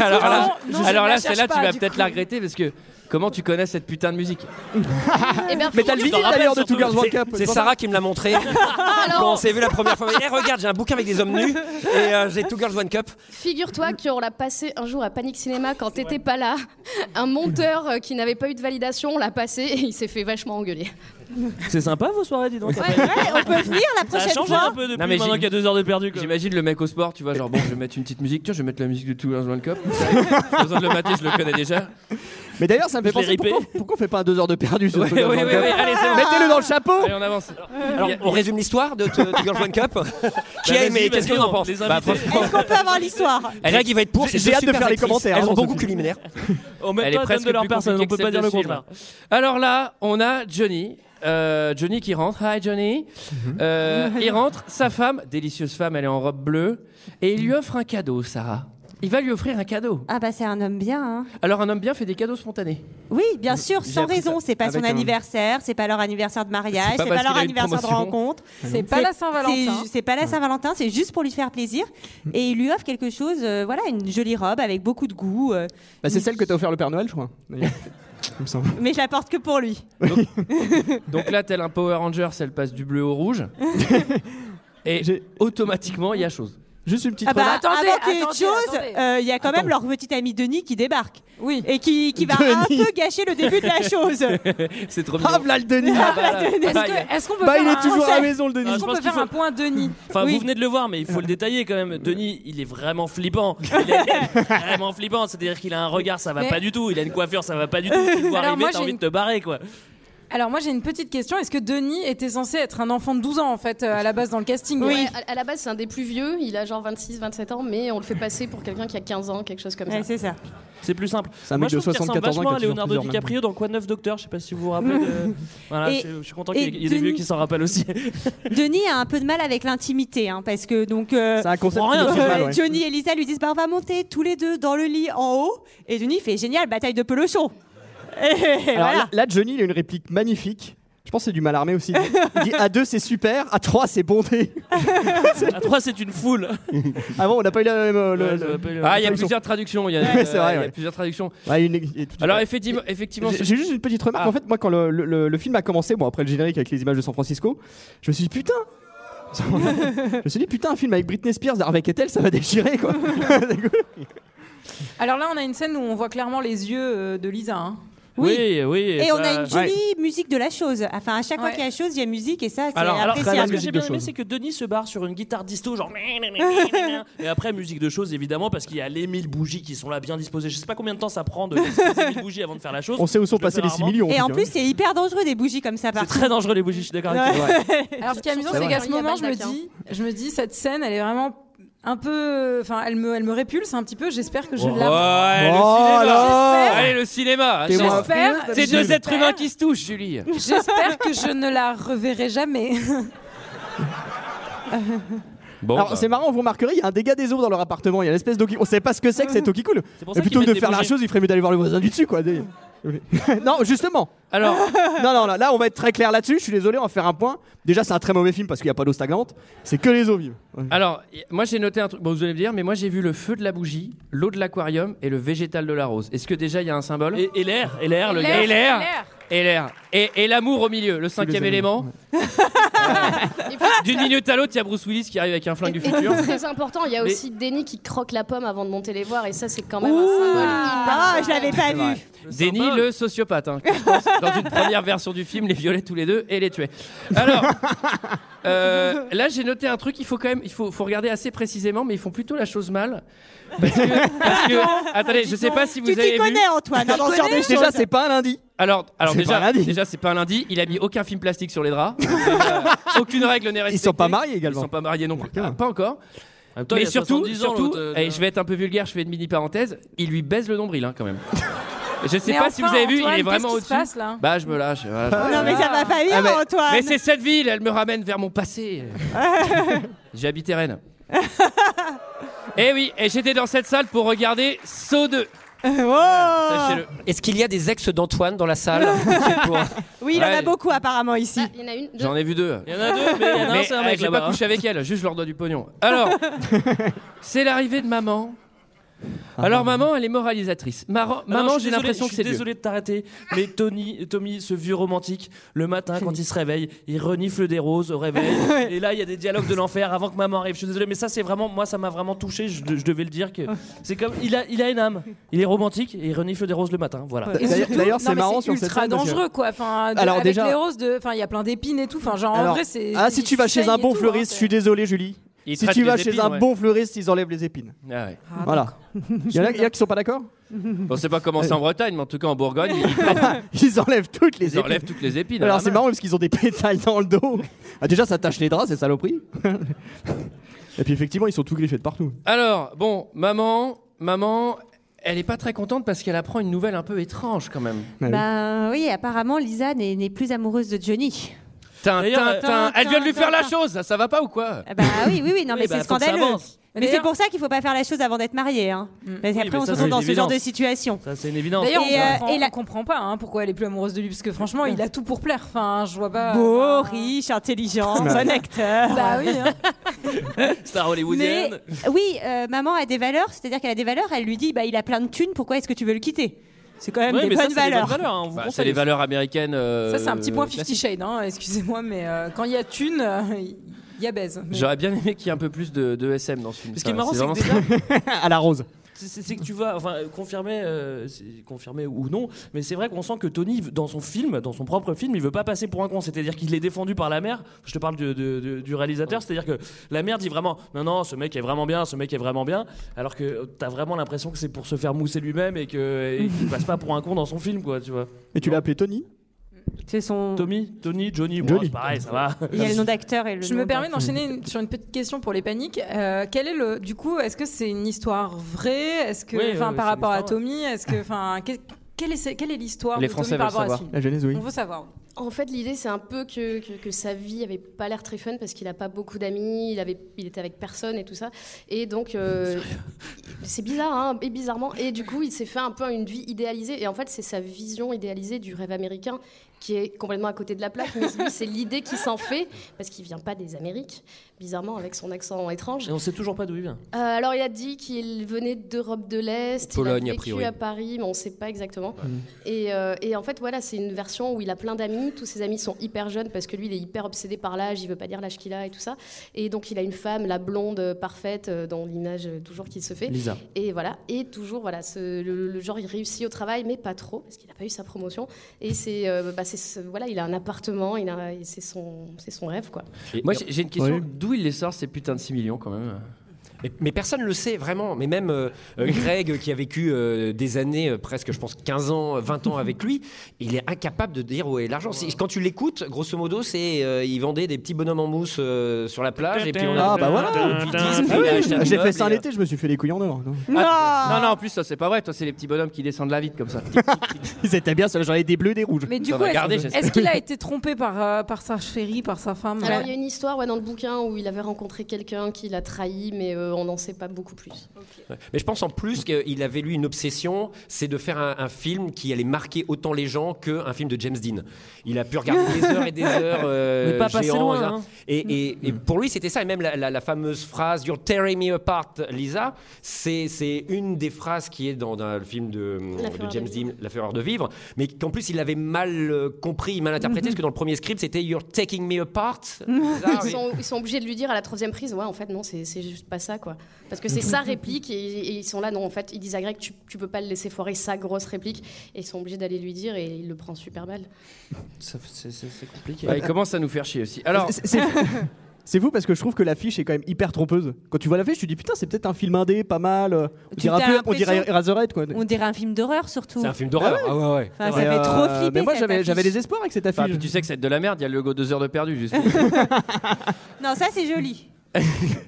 A: alors là,
H: non, je
A: alors
H: ne la
A: là,
H: cherche
A: celle-là, tu
H: pas,
A: vas
H: du
A: peut-être
H: coup.
A: la regretter parce que comment tu connais cette putain de musique
I: Eh ben,
D: Mais t'as le
I: faut-
D: vinyle d'ailleurs de Two Girls One Cup.
B: C'est Sarah qui me l'a montré quand on
I: Alors,
B: s'est vu la première fois. Eh, regarde, j'ai un bouquin avec des hommes nus et euh, j'ai Two Girls One Cup.
I: figure-toi qu'on l'a passé un jour à Panic Cinéma quand t'étais pas là. Un monteur euh, qui n'avait pas eu de validation, on l'a passé et il s'est fait vachement engueuler.
C: C'est sympa vos soirées, dis donc.
F: Ouais, ouais, on peut venir [LAUGHS] la
C: Ça a
F: prochaine
C: changé
F: fois.
C: un peu depuis
A: Non, mais j'ai-
C: maintenant qu'il y a deux heures de perdu. quoi.
A: J'imagine le mec au sport, tu vois, genre bon, je vais mettre une petite musique, tiens, je vais mettre la musique de Two Girls One
B: [LAUGHS]
A: Cup. Pas besoin de le mater, je le connais déjà.
D: Mais d'ailleurs, ça me fait
C: Je l'ai
D: penser
C: ripé.
D: pourquoi, pourquoi on fait pas un deux heures de perdu sur
A: Ouais,
D: Two Girls
A: ouais,
D: One
A: ouais,
D: Cup
A: ouais, allez, c'est bon.
D: Mettez-le dans le chapeau.
A: Allez, on avance.
B: Alors,
A: Il y a-
B: on résume l'histoire de Two Two Girls
A: [LAUGHS]
B: One Cup. Qui
A: Bah,
B: a
C: Vas-y,
B: aimé
C: vas-y,
B: Qu'est-ce que vous
C: on-
B: en pensez
C: les
B: Bah,
C: invités.
B: franchement,
F: Est-ce qu'on peut avoir
H: [LAUGHS]
F: l'histoire
B: Greg, il va être pour.
D: J'ai-
B: c'est
D: j'ai
B: deux
D: hâte de
B: super
D: faire les
B: actrices.
D: commentaires,
B: Elles
D: hein,
B: ont
D: dans
B: beaucoup
D: ce
B: culminaire.
C: On met
A: Elle est
C: pas
A: presque
C: de leur
A: plus
C: personne, on
A: compliquée
C: peut
A: que celle
C: pas dire
A: de
C: le
A: suivre.
C: contraire.
A: Alors là, on a Johnny. Euh, Johnny qui rentre, hi Johnny.
C: Mhm.
A: Euh,
C: [LAUGHS]
A: il rentre, sa femme, délicieuse femme, elle est en robe bleue, et il lui offre un cadeau, Sarah. Il va lui offrir un cadeau.
F: Ah bah c'est un homme bien. hein.
A: Alors un homme bien fait des cadeaux spontanés.
F: Oui, bien sûr,
A: J'ai
F: sans
A: appris
F: raison.
A: ça
F: C'est pas son
D: avec un-
F: anniversaire, c'est pas leur anniversaire de mariage,
A: C'est pas
F: c'est
A: parce
F: pas leur
A: qu'il a une
F: anniversaire de
A: promotion.
F: rencontre.
H: C'est pas la Saint-Valentin.
F: c'est- C'est pas la Saint-Valentin, c'est juste pour lui faire plaisir. Et il lui offre quelque chose, euh, voilà, une jolie robe avec beaucoup de goût. euh,
D: Bah, c'est celle que t'as offert le Père Noël, je crois. d'ailleurs. [LAUGHS] Il me semble.
F: mais je la porte que pour lui.
A: Donc là, tel un Power Rangers, elle passe du bleu au
C: [LAUGHS]
A: rouge. et
D: J'ai-
A: automatiquement, il y a chose.
D: Juste une petite
F: Ah bah
D: remarque.
H: attendez,
F: avant qu'il y ait autre chose,
H: attendez,
F: euh,
H: attendez.
F: il y a quand même leur petit ami Denis qui débarque
H: Oui.
F: et qui, qui va un
D: Denis.
F: peu gâcher le début
C: [LAUGHS]
F: de la chose.
A: C'est trop mignon.
D: Ah, là, le Denis.
A: Ah, bah, là.
H: Est-ce
A: Ah,
H: que-
A: il y a-
H: est-ce qu'on peut
D: Bah,
H: faire
D: il est
H: un-
D: toujours à la
H: Est-ce
D: maison, le Denis.
C: Ah, je
H: qu'on
C: pense
H: peut
C: qu'il
H: faire un point Denis
C: Enfin,
H: Oui.
C: vous venez de le voir, mais il
H: [LAUGHS]
C: faut le détailler quand même. Denis, il est vraiment flippant. Il est vraiment flippant. C'est-à-dire qu'il a un regard, ça va
H: Mais-
C: pas du tout. Il a une coiffure, ça va pas du tout. Tu le vois
H: Alors
C: arriver,
H: moi,
C: t'as
H: j'ai
C: envie
H: une-
C: de te barrer, quoi.
H: Alors moi j'ai une petite question. Est-ce que Denis était censé être un enfant de 12 ans en fait euh, à la base dans le casting
I: Ouais, à, à la base, c'est un des plus vieux. Il a genre 26, 27 ans, mais on le fait passer pour quelqu'un qui a 15 ans, quelque chose comme ça.
F: c'est ça.
C: C'est plus simple.
D: C'est un
C: Moi,
D: mec
C: je
D: de
C: trouve qu'il ressemble
D: 74 ans qui
C: vachement à
D: a toujours
C: Leonardo
D: plusieurs
C: DiCaprio dans Quoi de Neuf Docteur. Je sais pas si vous vous rappelez. de- [LAUGHS] Voilà,
F: Et-
C: je, je suis content
F: et
C: qu'il y ait- il y ait des vieux
F: Denis-
C: qui s'en rappellent [LAUGHS] aussi.
F: Denis a un peu de mal avec l'intimité, hein, parce que donc. euh,
C: C'est un concept Pour rien, qui me fait
F: euh,
C: mal, ouais.
F: Johnny et Lisa lui disent bah, on va monter tous les deux dans le lit en haut, et Denis fait génial, bataille de pelochon. [LAUGHS] Et
D: Alors
F: voilà.
D: là, là, Johnny, il a une réplique magnifique. Je pense que c'est du mal armé [LAUGHS] aussi. Il dit à 2 c'est super, à 3 c'est bondé.
C: à 3 c'est une foule.
D: Ah bon, on n'a pas eu la même. euh, le-
C: Ouais,
D: le-
C: on n'a pas
A: Ah, il
C: eu la même
D: la
A: y a
D: traduction.
A: plusieurs traductions. Il y a,
D: Ouais, c'est
A: euh,
D: vrai,
A: il y a
D: ouais.
A: plusieurs traductions.
D: Ouais, il est- il est tout à
A: Alors,
D: fait.
A: effectivement, effectivement
D: J'ai
A: ce-
D: j'ai juste une petite remarque. En fait, moi, quand le, le- le- le film a commencé, bon, après le générique avec les images de San Francisco, je me suis dit putain. [LAUGHS] je me suis dit putain, un film avec Britney Spears, Harvey Kettel, ça va déchirer [LAUGHS] quoi.
H: Alors là on a une scène où on voit clairement les yeux euh, de Lisa. hein.
C: Oui, oui.
F: Et, on a
C: ça-
F: une jolie musique de la chose. Enfin, à chaque fois qu'il y a chose, il y a musique, et ça, c'est
C: Alors, alors,
F: appréciable.
C: ce que j'ai bien aimé, c'est que Denis se barre sur une guitare disto, genre. [LAUGHS] Et après, musique de choses, évidemment, parce qu'il y a les 1000 bougies qui sont là bien disposées. Je sais pas combien de temps ça prend de disposer 1000 bougies avant de faire la chose.
D: On sait où sont
C: Je le
D: passés
C: fais
D: les 6
C: rarement.
D: millions.
F: Et en
D: tout cas.
F: plus, c'est hyper dangereux des bougies comme ça. Par
C: C'est très dangereux les bougies, je suis d'accord avec toi.
H: Alors ce qui est amusant
C: C'est
H: c'est
C: vrai.
H: qu'à ce
C: Il y a
H: moment je me
C: Balzac, hein.
H: dis, je me dis cette scène elle est vraiment un peu, enfin elle me, elle me répulse un petit peu. J'espère que je
A: Ouais,
H: la.
A: le cinéma. Allez, le cinéma.
H: T'es moins
A: J'espère-
H: prise,
A: C'est deux
H: Julie.
A: êtres humains qui se touchent, Julie.
H: J'espère que je ne la reverrai jamais.
A: Bon,
D: Alors
A: bah.
D: c'est marrant, vous remarquerez, il y a un dégât des eaux dans leur appartement. Il y a l'espèce d'eau qui. On sait pas ce que c'est que cette eau qui
A: [LAUGHS]
D: coule.
A: pour ça
D: Et plutôt
A: qu'ils
D: que de
A: mettent
D: faire
A: des
D: la
A: bougies.
D: chose, il ferait mieux d'aller voir le voisin du dessus quoi. Des- [LAUGHS] non, justement.
A: Alors.
D: non, non, là, là, on va être très clair là-dessus. Je suis désolé, on va faire un point. Déjà, c'est un très mauvais film parce qu'il n'y a pas d'eau stagnante. C'est que les eaux vives.
H: Ah,
D: Ouais.
A: Alors, y- moi j'ai noté un truc, bon, vous allez me dire, mais moi j'ai vu le feu de la bougie, l'eau de l'aquarium et le végétal de la rose. Est-ce que déjà il y a un symbole
C: Et, l'air, et l'air,
A: le
C: le
A: gars.
C: gars.
A: Et l'air Et l'air. Et, et l'amour au milieu, le cinquième élément. D'une minute à l'autre, il y a Bruce Willis qui arrive avec un flingue Ah, du
I: Et
A: futur.
I: très important, il y a
A: Mais-
I: aussi Denis qui croque la pomme avant de monter les voir, et ça, c'est quand même un symbole.
H: [LAUGHS]
F: Ah, je l'avais pas vu.
A: Denis, le sociopathe. hein, qui, je pense, dans une première version du film, les violait tous les deux et les tuait. Alors, euh, là, j'ai noté un truc. Il faut quand même, il faut, faut regarder assez précisément, mais ils font plutôt la chose mal. Parce que, parce que- attendez, je sais pas si vous
F: Ah, Tu
A: avez
F: t'y
A: vu-
F: connais, Antoine.
D: Non, non, sur des- déjà, c'est pas un lundi.
A: Alors, alors
D: C'est
A: déjà,
D: pas un lundi.
A: déjà, c'est pas un lundi. Il a mis aucun film plastique sur les draps.
D: [LAUGHS]
A: Euh, aucune règle n'est respectée.
D: Ils sont pas mariés également.
A: Ils sont pas mariés non plus. Ah, pas encore.
C: temps,
A: Mais
C: il a
A: surtout,
C: 70 ans,
A: surtout
C: l'autre, euh,
A: et je vais être un peu vulgaire, je fais une mini parenthèse. Il lui baise le nombril hein, quand même. Je sais
H: Mais
A: pas si vous
H: enfin,
A: avez vu,
H: Antoine,
A: il est vraiment
H: qu'est-ce qui se
A: au-dessus.
H: passe, là
A: bah, je me lâche. voilà, je me
F: Non,
A: lâche.
F: mais ça va pas bien,
A: Ah, mais-
F: Antoine.
A: Mais
F: [LAUGHS]
A: c'est cette ville, elle me ramène vers mon passé. J'habitais Rennes. [LAUGHS] Eh oui, et j'étais dans cette salle pour regarder Saut Oh. 2. Sachez-le.
B: Est-ce qu'il y a des ex d'Antoine dans
A: [LAUGHS]
B: la salle
F: Oui, il en
A: Ouais.
F: a beaucoup apparemment ici.
I: Il y en a une.
A: J'en ai vu deux.
C: Il y en a deux, mais il y en a un,
A: Mais,
C: c'est un
A: euh,
C: mec
A: j'ai pas
C: là-bas. hein.
A: couché avec elle, juste je leur dois du pognon.
D: [LAUGHS]
A: Alors, c'est l'arrivée de maman.
D: Ah
A: Alors maman, elle est moralisatrice. Mara-
C: Ah non, je
A: maman,
C: suis
A: j'ai
C: désolé,
A: l'impression que c'est
C: Je suis
A: Dieu.
C: désolé de t'arrêter, mais Tony, Tommy, ce vieux romantique, le matin quand il se réveille, il renifle des roses au
H: [LAUGHS]
C: réveil. et là, il y a des dialogues de l'enfer avant que maman arrive. Je suis désolé, mais ça, c'est vraiment, moi, ça m'a vraiment touché. Je, de- je devais le dire que c'est comme, il a, il a une âme. Il est romantique et il renifle des roses le matin. Voilà.
H: Et
D: D'ailleurs-
H: surtout-
D: d'ailleurs,
H: non,
D: c'est
H: mais
D: marrant sur cette
H: ultra
D: scène, parce que-
H: dangereux quoi. Enfin, de-
D: Alors,
H: avec
D: déjà-
H: les roses de, enfin il y a plein d'épines et tout. Enfin genre en vrai c'est.
D: ah, si tu vas chez
H: saignes
D: un
H: et
D: bon
H: tout, hein,
D: fleuriste, je suis désolé, Julie.
A: Il
D: Si
A: traite
D: tu vas
A: les
D: chez
A: épines,
D: un
A: ouais.
D: bon fleuriste, ils enlèvent les épines.
A: Ah ouais.
D: voilà. Il y en a, il y en a qui sont
H: [LAUGHS]
D: pas d'accord
A: Bon, c'est pas
D: Euh,
A: commencé en Bretagne, mais en tout cas en
D: [LAUGHS]
A: Bourgogne, ils,
D: Ils enlèvent toutes les
A: ils
D: épines.
A: enlèvent toutes les épines.
D: Alors
A: Ah,
D: c'est marrant parce qu'ils ont des pétales dans le dos. [LAUGHS] Ah, déjà ça tache les draps, c'est saloperie. Et puis effectivement ils sont tout griffés de partout.
A: Alors, bon, maman, maman, elle est pas très contente parce qu'elle apprend une nouvelle un peu étrange quand même.
C: Ah
D: Ah
F: Bah oui, apparemment, Lisa n'est n'est plus amoureuse de Johnny.
A: Tin,
C: D'ailleurs,
A: tin,
C: euh,
A: tin. Elle vient de lui
F: tin,
A: faire la
F: tin.
A: chose, ça, ça va pas ou quoi
F: Ah Bah oui, oui, oui,
C: [LAUGHS]
F: non,
C: Oui,
F: mais
C: bah,
F: c'est
C: faut que ça
F: scandaleux.
C: avance. Mm.
F: Mais c'est pour ça qu'il faut pas faire la chose avant d'être marié. Hein. Parce
C: Oui, mais
F: qu'après, on
C: ça,
F: se
C: c'est
F: retrouve dans
C: une
F: ce genre de
C: évidence.
F: situation.
C: Ça, c'est une évidence.
H: D'ailleurs,
F: Et, euh,
H: on, comprend-
F: et la-
H: on comprend pas hein, pourquoi elle est plus amoureuse de lui, parce que franchement, il a tout pour plaire. Enfin, je vois pas.
F: euh, Beau,
H: enfin,
F: riche, intelligent, bon acteur.
H: Bah oui. hein.
C: Star
F: Mais
C: hollywoodienne.
F: [LAUGHS] oui, euh, maman a des valeurs, c'est-à-dire qu'elle a des valeurs, elle lui dit bah, il a plein de thunes, pourquoi est-ce que tu veux le quitter C'est quand même
C: Ouais,
F: des,
C: mais ça,
F: bonnes
C: c'est des
F: valeurs.
C: bonnes valeurs, hein, on vous
A: Bah, C'est
C: conseille.
A: les valeurs américaines. euh,
H: Ça, c'est un petit point 50
A: classiques.
H: Shade, hein, excusez-moi, mais euh, quand il y a thune, euh, il y a baise. Mais-
A: J'aurais bien aimé qu'il y ait un peu plus de, de SM dans ce film.
C: Ce qui est
A: Ça,
C: marrant, c'est
A: vraiment
C: que
A: ça.
C: déjà,
D: à la rose.
C: C'est- C'est c'est que tu vas, enfin, euh, confirmer, euh, c'est- confirmer ou non, mais c'est vrai qu'on sent que Tony, dans son film, dans son propre film, il veut pas passer pour un con. C'est-à-dire qu'il est défendu par la mère. Je te parle de- de- de- du réalisateur. C'est-à-dire que la mère dit vraiment, non, non, ce mec est vraiment bien, ce mec est vraiment bien. Alors que euh, t'as vraiment l'impression que c'est pour se faire mousser lui-même et que- et qu'il passe pas pour un con dans son film, quoi, tu vois.
D: Et tu l'as appelé Tony
F: C'est son.
C: Tommy, Tony, Johnny, bon, c'est pareil, ça va.
F: Il y a le nom d'acteur et le.
H: Je
F: nom
H: me permets
F: d'un-
H: d'enchaîner une- sur une petite question pour les paniques. Euh, quel est le, du coup, est-ce que c'est une histoire vraie Est-ce que,
D: Oui,
H: enfin,
D: oui,
H: par
D: c'est
H: rapport
D: une
H: à Tommy, est-ce que, enfin, qu'est- quelle est, quelle est l'histoire
D: Les
H: de
D: Français
H: Tommy par
D: veulent
H: rapport à ce
D: savoir.
H: film
D: La jeunesse, oui.
H: On veut savoir.
I: En fait, l'idée, c'est un peu que, que, que sa vie avait pas l'air très fun parce qu'il a pas beaucoup d'amis, il, avait, il était avec personne et tout ça. Et donc, euh, c'est bizarre, hein, et bizarrement. Et du coup, il s'est fait un peu une vie idéalisée. Et en fait, c'est sa vision idéalisée du rêve américain qui est complètement à côté de la plaque. Mais lui, c'est l'idée qu'il s'en fait parce qu'il vient pas des Amériques, bizarrement, avec son accent étrange.
C: Et on sait toujours pas d'où il vient.
I: Euh, alors, il a dit qu'il venait d'Europe de l'Est,
C: Pologne,
I: il
C: a
I: a vécu
C: priori.
I: à Paris, mais on ne sait pas exactement.
C: Ouais. Mhm.
I: Et, euh, et en fait, voilà, c'est une version où il a plein d'amis, tous ses amis sont hyper jeunes parce que lui, il est hyper obsédé par l'âge, il veut pas dire l'âge qu'il a et tout ça. Et donc, il a une femme, la blonde euh, parfaite, euh, dans l'image euh, toujours qu'il se fait.
L: Lisa.
I: Et voilà, et toujours, voilà, ce- le, le genre, il réussit au travail, mais pas trop, parce qu'il n'a pas eu sa promotion. Et c'est, euh, bah, c'est ce- voilà, il a un appartement, il a, et c'est son, c'est son rêve, quoi.
A: Moi, j'ai j'ai une question.
B: Oui.
A: D'où il les sort ces putains de 6 millions quand même
B: Mais, mais personne ne le sait vraiment. Mais même euh, euh, Greg, qui a vécu euh, des années, euh, presque, je pense, 15 ans, euh, 20 ans avec lui, il est incapable de dire où est l'argent. C'est- Quand tu l'écoutes, grosso modo, c'est euh, il vendait des petits bonhommes en mousse euh, sur la plage. Et puis on a-
D: Ah bah voilà
B: au bout de 10 minutes, il
D: Ah
B: a
D: oui,
B: acheté un
D: J'ai fait
B: immeuble
D: ça un
B: et-
D: été, je me suis fait les couilles en or. non
A: Ah, non, non, en plus, ça c'est pas vrai. Toi, c'est les petits bonhommes qui descendent la vite comme ça.
D: [LAUGHS] Ils étaient bien, seuls, j'en ai des bleus, des rouges.
H: Mais du coup, est-ce est-ce qu'il a été trompé par, euh, par sa chérie, par sa femme euh
I: Alors, il y a une histoire ouais, dans le bouquin où il avait rencontré quelqu'un qui l'a trahi, mais euh, on n'en sait pas beaucoup plus.
B: Ouais. Mais je pense en plus qu'il avait lui une obsession, c'est de faire un, un film qui allait marquer autant les gens qu'un film de James Dean. [LAUGHS] Il a pu regarder des
A: [LAUGHS]
B: heures et des heures. euh,
C: Mais pas passer
B: géants,
C: loin,
B: etc.
C: hein.
B: Et, et-
A: Mm.
B: et pour lui, c'était ça. Et même la, la- la fameuse phrase "You're tearing me apart, Lisa", c'est c'est une des phrases qui est dans, dans le film de,
I: La
B: de
I: Fureur de
B: James
I: vivre.
B: Dean, La Fureur de vivre, mais qu'en plus il avait mal euh, compris,
I: Mm-hmm.
B: mal interprété, parce que dans le premier script, c'était "You're taking me
I: [LAUGHS]
B: apart".
A: Ah
B: Lisa,
I: Ils
B: oui.
I: sont, ils sont obligés de lui dire à la troisième prise, ouais, en fait, non, c'est c'est juste pas ça, quoi. Parce que c'est sa réplique, et, et ils sont là, non, en fait, ils disent à Greg, tu, tu peux pas le laisser foirer sa grosse réplique, et ils sont obligés d'aller lui dire, et il le prend super mal.
C: Ça, C'est c'est- c'est compliqué.
A: Ouais, Ah, il commence à nous faire chier aussi. Alors,
D: C'est- c'est- [LAUGHS] C'est fou parce que je trouve que l'affiche est quand même hyper trompeuse. Quand tu vois l'affiche, tu te dis putain, c'est peut-être un film indé, pas mal. euh, On
F: Tu
D: dirait un
F: t'as
D: peu, on dirait
F: l'impression-
D: Eraserhead quoi.
F: On dirait un film d'horreur surtout.
B: Ah ouais, ouais.
F: Enfin, ça fait trop flipper,
D: Euh, Mais moi,
F: cette
D: j'avais
F: affiche.
D: j'avais des espoirs avec cette affiche.
A: Enfin, puis
C: euh.
A: tu sais que c'est de la merde. Il y a le logo 2 heures de perdu.
C: [LAUGHS]
A: Juste.
F: Non, ça c'est joli.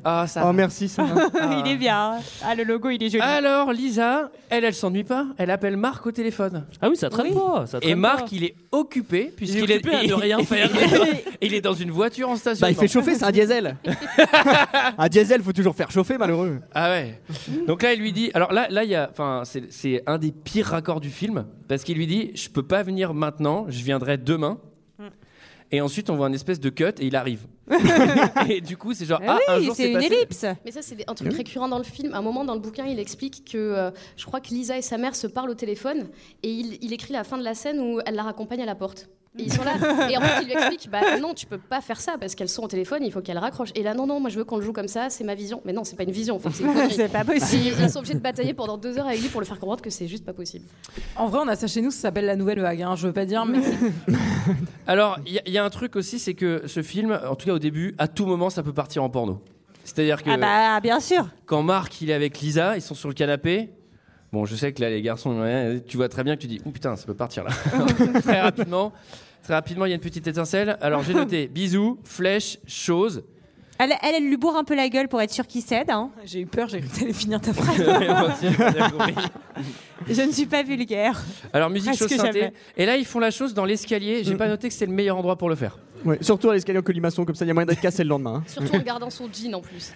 A: Ah, ça. Oh,
D: merci, [LAUGHS] ça.
F: [LAUGHS] il est bien. hein. Ah, le logo, il est joli.
A: Alors, Lisa, elle, elle s'ennuie pas. Elle appelle Marc au téléphone.
C: Ah oui, ça traîne pas. ça
A: Et
C: traîne
A: Marc,
C: pas.
A: il est occupé puisqu'il
C: Il est occupé à ne rien faire.
A: [LAUGHS] il est dans- il est dans une voiture en station.
D: Bah, il fait chauffer, c'est un diesel. [LAUGHS] un diesel, faut toujours faire chauffer, malheureux.
A: Ah ouais. Donc là, il lui dit. Alors là, là, il y a. Enfin, c'est- c'est un des pires raccords du film parce qu'il lui dit, je peux pas venir maintenant. Je viendrai demain. Et ensuite, on voit un espèce de cut et il [LAUGHS] arrive. et du coup, c'est
F: Eh
A: genre ah, un jour c'est passé.
I: Mais ça, c'est des- un truc
A: Oui.
I: récurrent dans le film. À un moment, dans le bouquin, il explique que euh, je crois que Lisa et sa mère se parlent au téléphone et il, il écrit la fin de la scène où elle la raccompagne à la porte. Et ils sont là. Et en fait, il lui explique bah non, tu peux pas faire ça parce qu'elles sont au téléphone, il faut qu'elles raccrochent. Et là, non, non, moi je veux qu'on le joue comme ça, c'est ma vision. Mais non, c'est pas une vision. enfin,
F: [LAUGHS]
H: C'est pas possible.
I: Ils sont obligés de batailler pendant deux heures avec lui pour le faire comprendre que c'est juste pas possible.
H: En vrai, on a ça chez nous, ça s'appelle la nouvelle vague. hein, je veux pas dire, mais
A: Alors, il y, a- il y a un truc aussi, c'est que ce film, en tout cas au début, à tout moment, ça peut partir en porno. C'est-à-dire que
F: Ah bah, bien sûr.
A: quand Marc il est avec Lisa, ils sont sur le canapé. Bon, je sais que là, les garçons, ouais, tu vois très bien que tu dis, oh putain, ça peut partir là. [LAUGHS] très rapidement, très rapidement, il y a une petite étincelle. Alors, j'ai noté bisous, flèche, chose.
F: Elle, elle, elle lui bourre un peu la gueule pour être sûre qu'il cède. hein.
H: J'ai eu peur, j'ai cru que t'allais finir ta phrase.
F: Je ne suis pas vulgaire.
A: Alors, musique,
F: Presque
A: chose, synthé.
F: jamais. Mm.
A: Et là, ils font la chose dans l'escalier. J'ai pas noté que c'est le meilleur endroit pour le faire.
D: Ouais, surtout à l'escalier en colimaçon, comme ça, il y a moyen d'être cassé le lendemain. hein.
I: Surtout en gardant son jean en plus.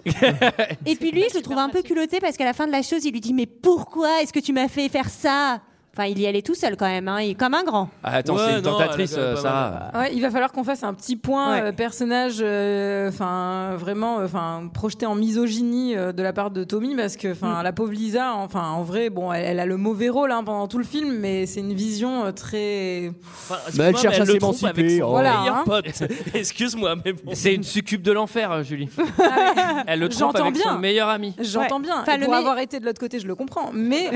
F: Et puis lui, je le trouve un peu culotté parce qu'à la fin de la chose, il lui dit Mais pourquoi est-ce que tu m'as fait faire ça Enfin, il y allait tout seul quand même, hein, il est comme un grand.
A: Ah, attends,
C: Ouais,
A: c'est une
C: non,
A: tentatrice,
C: elle a quand même
A: euh,
C: pas mal.
A: Sarah.
H: Ouais, il va falloir qu'on fasse un petit point
F: Ouais.
H: euh, personnage, euh, enfin vraiment, euh, enfin projeté en misogynie euh, de la part de Tommy parce que, enfin
F: Mm.
H: la pauvre Lisa, enfin en vrai, bon, elle, elle a le mauvais rôle hein, pendant tout le film, mais c'est une vision euh, très.
D: Bah, elle cherche à
C: le trompe avec
D: s'émanciper.
C: son
D: oh.
H: Voilà,
C: meilleur
H: hein.
C: pote. [LAUGHS] Excuse-moi, mais bon.
A: C'est une succube de l'enfer, euh, Julie.
F: Ah
A: Elle le trompe
H: J'entends
A: avec son
H: bien.
A: meilleur ami.
H: J'entends
F: Ouais.
H: bien.
F: Enfin,
H: Et
F: le
H: pour
F: me-
H: avoir été de l'autre côté, je le comprends.
F: [LAUGHS]
H: Mais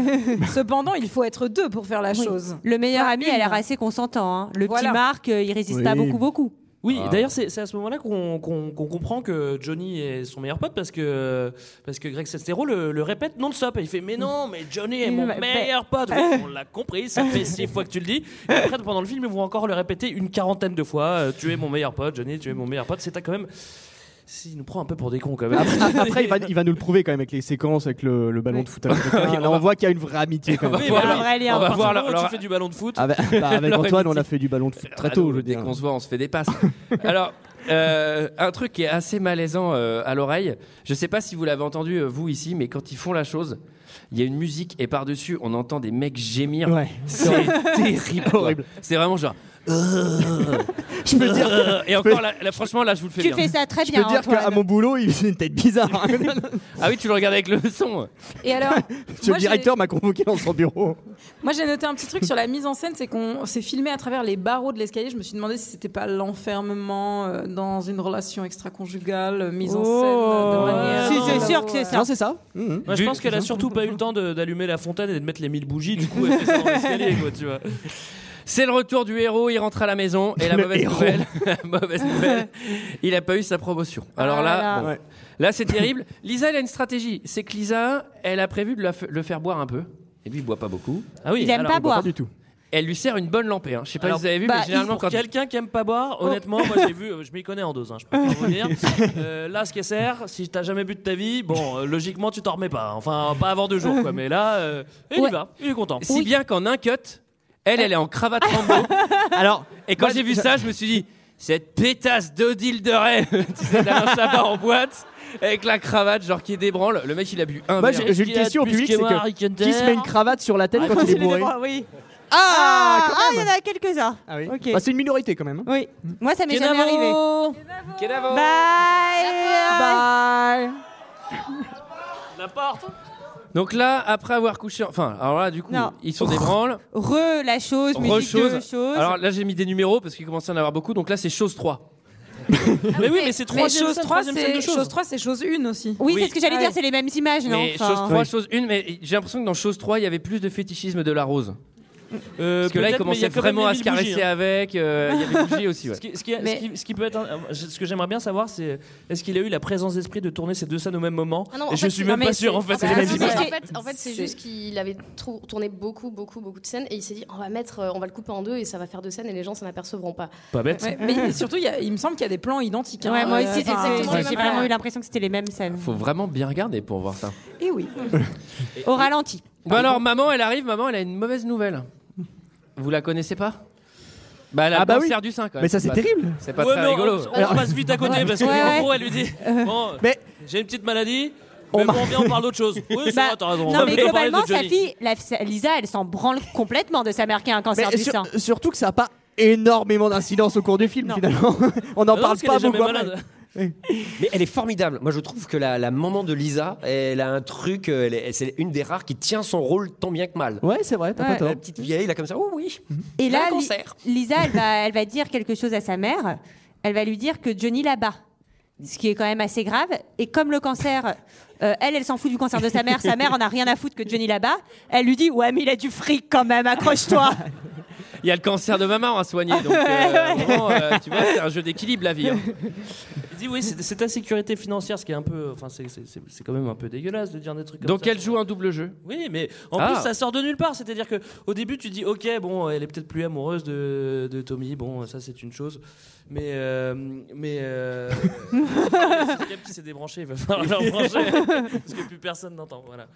H: cependant, il faut être deux pour faire la chose.
F: Le meilleur
H: Pas
C: Ah,
F: ami a l'air
H: une.
F: assez consentant. hein. Le
H: Voilà.
F: petit Marc, euh, il résiste pas
H: Oui.
F: beaucoup, beaucoup.
C: Oui,
L: Ah.
C: d'ailleurs, c'est c'est à ce moment-là qu'on qu'on- qu'on comprend que Johnny est son meilleur pote parce que, parce que Greg Sestero le, le répète non-stop. Et Il fait Mais non, mais Johnny est
L: Il
C: mon
L: m'a-
C: meilleur pote. Oui, on l'a compris, ça fait six fois que tu le dis. Et après, pendant le film, ils vont encore le répéter une quarantaine de fois euh, Tu es mon meilleur pote, Johnny, tu es mon meilleur pote. C'est quand même. S'il nous prend un peu pour des cons quand même.
D: Après, après, il, va, il va nous le prouver quand même avec les séquences, avec le, le ballon de foot. avec
C: Oui,
D: Là,
C: on
D: on voit qu'il y a une vraie amitié quand même.
C: Oui, bah oui, on va voir leur, tu fais du ballon de foot.
D: Ah bah, bah, avec
A: Leur
D: Antoine, on
A: amitié.
D: a fait du ballon de foot très
A: Ah
D: tôt,
A: non,
D: je veux
A: dès
D: dire.
A: qu'on se voit, on se fait des passes. [LAUGHS] Alors, euh, un truc qui est assez malaisant euh, à l'oreille, je sais pas si vous l'avez entendu, euh, vous ici, mais quand ils font la chose, il y a une musique et par-dessus, on entend des mecs gémir.
D: Ouais.
A: C'est [LAUGHS] terrible. quoi. C'est vraiment genre. je
D: peux dire
A: Et encore, là, là, franchement, là, je vous le fais
F: Tu
A: bien.
F: fais ça très
D: Je
F: bien.
D: peux dire
F: Antoine.
D: qu'à mon boulot, il faisait une tête bizarre. [LAUGHS]
A: Ah oui, tu le regardes avec le son.
H: Et alors,
D: Ce
H: moi, j'ai-
D: directeur m'a convoqué dans son bureau.
H: Moi, j'ai noté un petit truc sur la mise en scène, c'est qu'on s'est filmé à travers les barreaux de l'escalier. Je me suis demandé si c'était pas l'enfermement euh, dans une relation extra-conjugale euh, mise en scène euh, de manière.
D: Non, Oh. c'est ça.
C: Moi, je pense qu'elle a surtout pas eu le temps de- d'allumer la fontaine et de mettre les 1000 bougies, du coup, elle fait ça dans l'escalier, quoi, tu vois.
A: C'est le retour du héros, il rentre à la maison et la
C: Le
A: mauvaise
C: héros.
A: nouvelle, [LAUGHS] la mauvaise nouvelle, il a pas eu sa promotion. Alors
C: Ah
A: là,
C: là là.
A: bon.
C: Ouais.
A: là c'est terrible. Lisa, elle a une stratégie, c'est que Lisa, elle a prévu de la f- le faire boire un peu. Et lui, il boit pas beaucoup.
C: Ah oui, Il aime alors, pas il boit boire. pas du tout.
A: Elle lui sert une bonne lampée. hein. Je sais pas
C: Alors,
A: si vous avez vu,
C: bah,
A: mais généralement
C: pour
A: quand Oh.
C: quelqu'un qui aime pas boire, honnêtement, moi j'ai vu, euh, je m'y connais en dose, hein, je peux pas vous [LAUGHS] dire. Euh, là, ce qu'elle sert, si t'as jamais bu de ta vie, bon, euh, logiquement tu t'en remets pas. Enfin, pas avant deux jours, quoi. Mais là, euh, il y va, il est content.
A: si bien qu'en un cut, elle, elle est en cravate Rambo.
D: Alors,
A: et quand
D: moi,
A: j'ai vu
D: je-
A: ça, je me suis dit, cette pétasse d'Odile de Ray, [LAUGHS] tu sais, d'Alain Chabat en boîte, avec la cravate, genre qui débranle. Le mec, il a bu un
D: Moi,
A: verre.
D: j'ai j'ai une question au public c'est que qui se met une cravate sur la tête quand il est bourré
C: Ah
F: oui.
D: Ah,
F: Ah,
D: quand
F: il y en a quelques-uns.
D: Ah oui. Bah, c'est une minorité quand
C: Ah,
D: même.
F: Oui. Moi, ça m'est jamais
D: Kenavo.
F: arrivé.
A: Kenavo.
F: Bye.
C: La porte.
A: Donc là, après avoir couché, enfin, alors là, du coup,
F: Non.
A: ils sont des
F: [LAUGHS]
A: branles.
F: Re la chose,
A: Re
F: musique de
A: chose.
F: chose.
A: Alors là, j'ai mis des numéros parce qu'il commençait à en avoir beaucoup. Donc là, c'est chose 3.
C: [LAUGHS] mais oui, mais c'est
H: Mais
C: trois
H: chose 3, c'est chose
C: choses.
H: 3, c'est chose 1 aussi. Ah
F: Oui, c'est ce que j'allais dire, c'est les mêmes images, non
A: mais
F: Enfin,
A: chose 3, chose 1, mais j'ai l'impression que dans chose 3, il y avait plus de fétichisme de la rose. parce que là, il
C: Euh, peut-être, mais il y
A: commençait
C: a quand même
A: vraiment à
C: les
A: se
C: mille
A: caresser
C: bougies, hein.
A: avec. euh, Il y avait bougie
C: [LAUGHS]
A: aussi, ouais.
C: Ce qui, ce qui- ce qui- ce qui peut être, un- euh, ce que j'aimerais bien savoir, c'est est-ce qu'il a eu la présence d'esprit de tourner ces deux scènes au même moment
I: Ah non, en
C: Et je
I: fait,
C: suis
I: c'est-
C: même
I: non,
C: pas
I: Bah, mais
C: sûr. En fait,
I: c'est-
C: c'est les mêmes
I: en
C: images.
I: fait, en fait, en fait, c'est
H: C'est-
I: juste qu'il avait trou- tourné beaucoup, beaucoup, beaucoup de scènes et il s'est dit on va mettre, euh, on va le couper en deux et ça va faire deux scènes et les gens s'en apercevront pas.
C: Pas bête.
H: Ouais, mais surtout, il, y a- il me semble qu'il y a des plans identiques. hein.
F: Ouais, moi
H: Euh,
F: aussi, c'est-
H: enfin,
F: c'est-
H: exactement
F: j'ai
H: les mêmes
F: vraiment eu l'impression que c'était les mêmes scènes.
A: Faut vraiment bien regarder pour voir ça.
C: [LAUGHS]
H: Et oui.
F: Eh Au ralenti.
A: Bon, Bah alors, maman, elle arrive. Maman, elle a une mauvaise nouvelle. Vous la connaissez pas Bah, elle a
D: Ah bah
A: le
D: oui.
A: cancer du sein, quand même.
D: Mais ça, c'est
A: pas-
D: terrible.
A: C'est pas
C: Ouais, mais
A: très
C: on-
A: rigolo.
C: On, passe vite à côté parce que en gros, elle lui dit
F: Euh,
C: Bon, j'ai une petite maladie. Mais bon, viens, on parle d'autre chose. Oui, c'est vrai, t'as raison. on
F: Bah, Non,
C: va
F: mais
C: plutôt parler
F: globalement,
C: de
F: sa
C: Johnny.
F: fille, la- sa- Lisa, elle s'en branle complètement de sa mère qui a un cancer
D: Mais
F: du
D: sur-
F: sein.
D: surtout que ça n'a pas énormément d'incidence au cours du film finalement. [LAUGHS] On n'en
B: Non,
D: parle
B: parce qu'elle
D: pas
B: est jamais
D: beaucoup. après.
B: malade. Mais elle est formidable. Moi, je trouve que la, la maman de Lisa, elle a un truc. euh, elle est- C'est une des rares qui tient son rôle tant bien que mal.
D: Ouais, c'est vrai, t'as pas tort.
C: Ah,
B: La petite vieille, là, comme ça. Oh oui.
F: Et
B: J'ai un
F: là, Li-
B: cancer.
F: Lisa, elle va, elle va dire quelque chose à sa mère. Elle va lui dire que Johnny la bat. Ce qui est quand même assez grave. Et comme le cancer, euh, elle, elle s'en fout du cancer de sa mère. Sa mère en a rien à foutre que Johnny la bat. Elle lui dit Ouais, mais il a du fric quand même,
H: [LAUGHS]
F: accroche-toi.
A: Il y a le cancer de maman à soigner. Donc, euh,
B: [LAUGHS]
A: vraiment, euh, tu vois, c'est un jeu d'équilibre, la vie. hein.
C: Il dit Oui, c'est c'est ta sécurité financière, ce qui est un peu. Enfin, c'est- c'est c'est- c'est quand même un peu dégueulasse de dire des trucs comme
A: Donc,
C: ça.
A: elle joue un double jeu.
C: Oui, mais en
A: Ah.
C: plus, ça sort de nulle part. C'est-à-dire que au début, tu dis, ok, bon, elle est peut-être plus amoureuse de, de Tommy. Bon, ça, c'est une chose. Mais, euh, mais.
A: [LAUGHS]
C: Euh, c'est Gab qui s'est débranché. Il va falloir le rebrancher parce que plus personne n'entend. Voilà.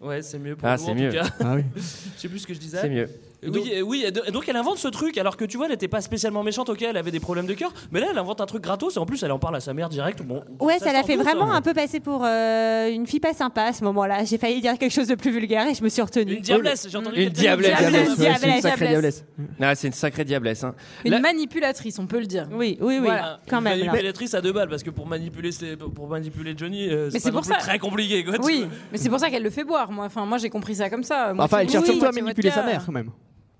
C: Ouais, c'est mieux pour
A: Ah,
C: nous,
A: c'est
C: en
A: mieux.
C: tout cas.
A: Ah oui.
C: [LAUGHS] Je sais plus ce que je disais.
A: C'est mieux.
C: Euh, Oui, euh, oui. euh, Donc elle invente ce truc, alors que tu vois, elle n'était pas spécialement méchante. Ok, elle avait des problèmes de cœur, mais là, elle invente un truc gratos. Et en plus, elle en parle à sa mère direct. Bon.
F: Ouais, ça, l'a
C: sort
F: fait
C: d'où,
F: vraiment un peu passer pour euh, une fille pas sympa à ce moment-là. J'ai failli dire quelque chose de plus vulgaire et je me suis retenue.
C: Une diablesse, j'ai entendu
A: Une
C: quelqu'un
A: diablesse.
C: dire
F: Diablesse, Diablesse, ouais, c'est une sacrée
H: diablesse.
A: Ah, c'est une sacrée diablesse. hein.
H: Une
A: Là-
H: manipulatrice, on peut le dire.
F: Oui, oui,
H: Voilà.
C: Une manipulatrice à deux balles parce que pour manipuler ses- pour manipuler Johnny, euh,
H: Mais
C: c'est pas
H: c'est
C: non
H: pour
C: plus
H: ça.
C: très compliqué. Quoi, tu
H: Oui,
C: vois.
H: mais c'est pour ça qu'elle le fait boire. Moi, enfin, moi j'ai compris ça comme ça.
D: Enfin, elle cherche surtout à
H: moitié
D: manipuler sa
H: vodka.
D: mère quand même.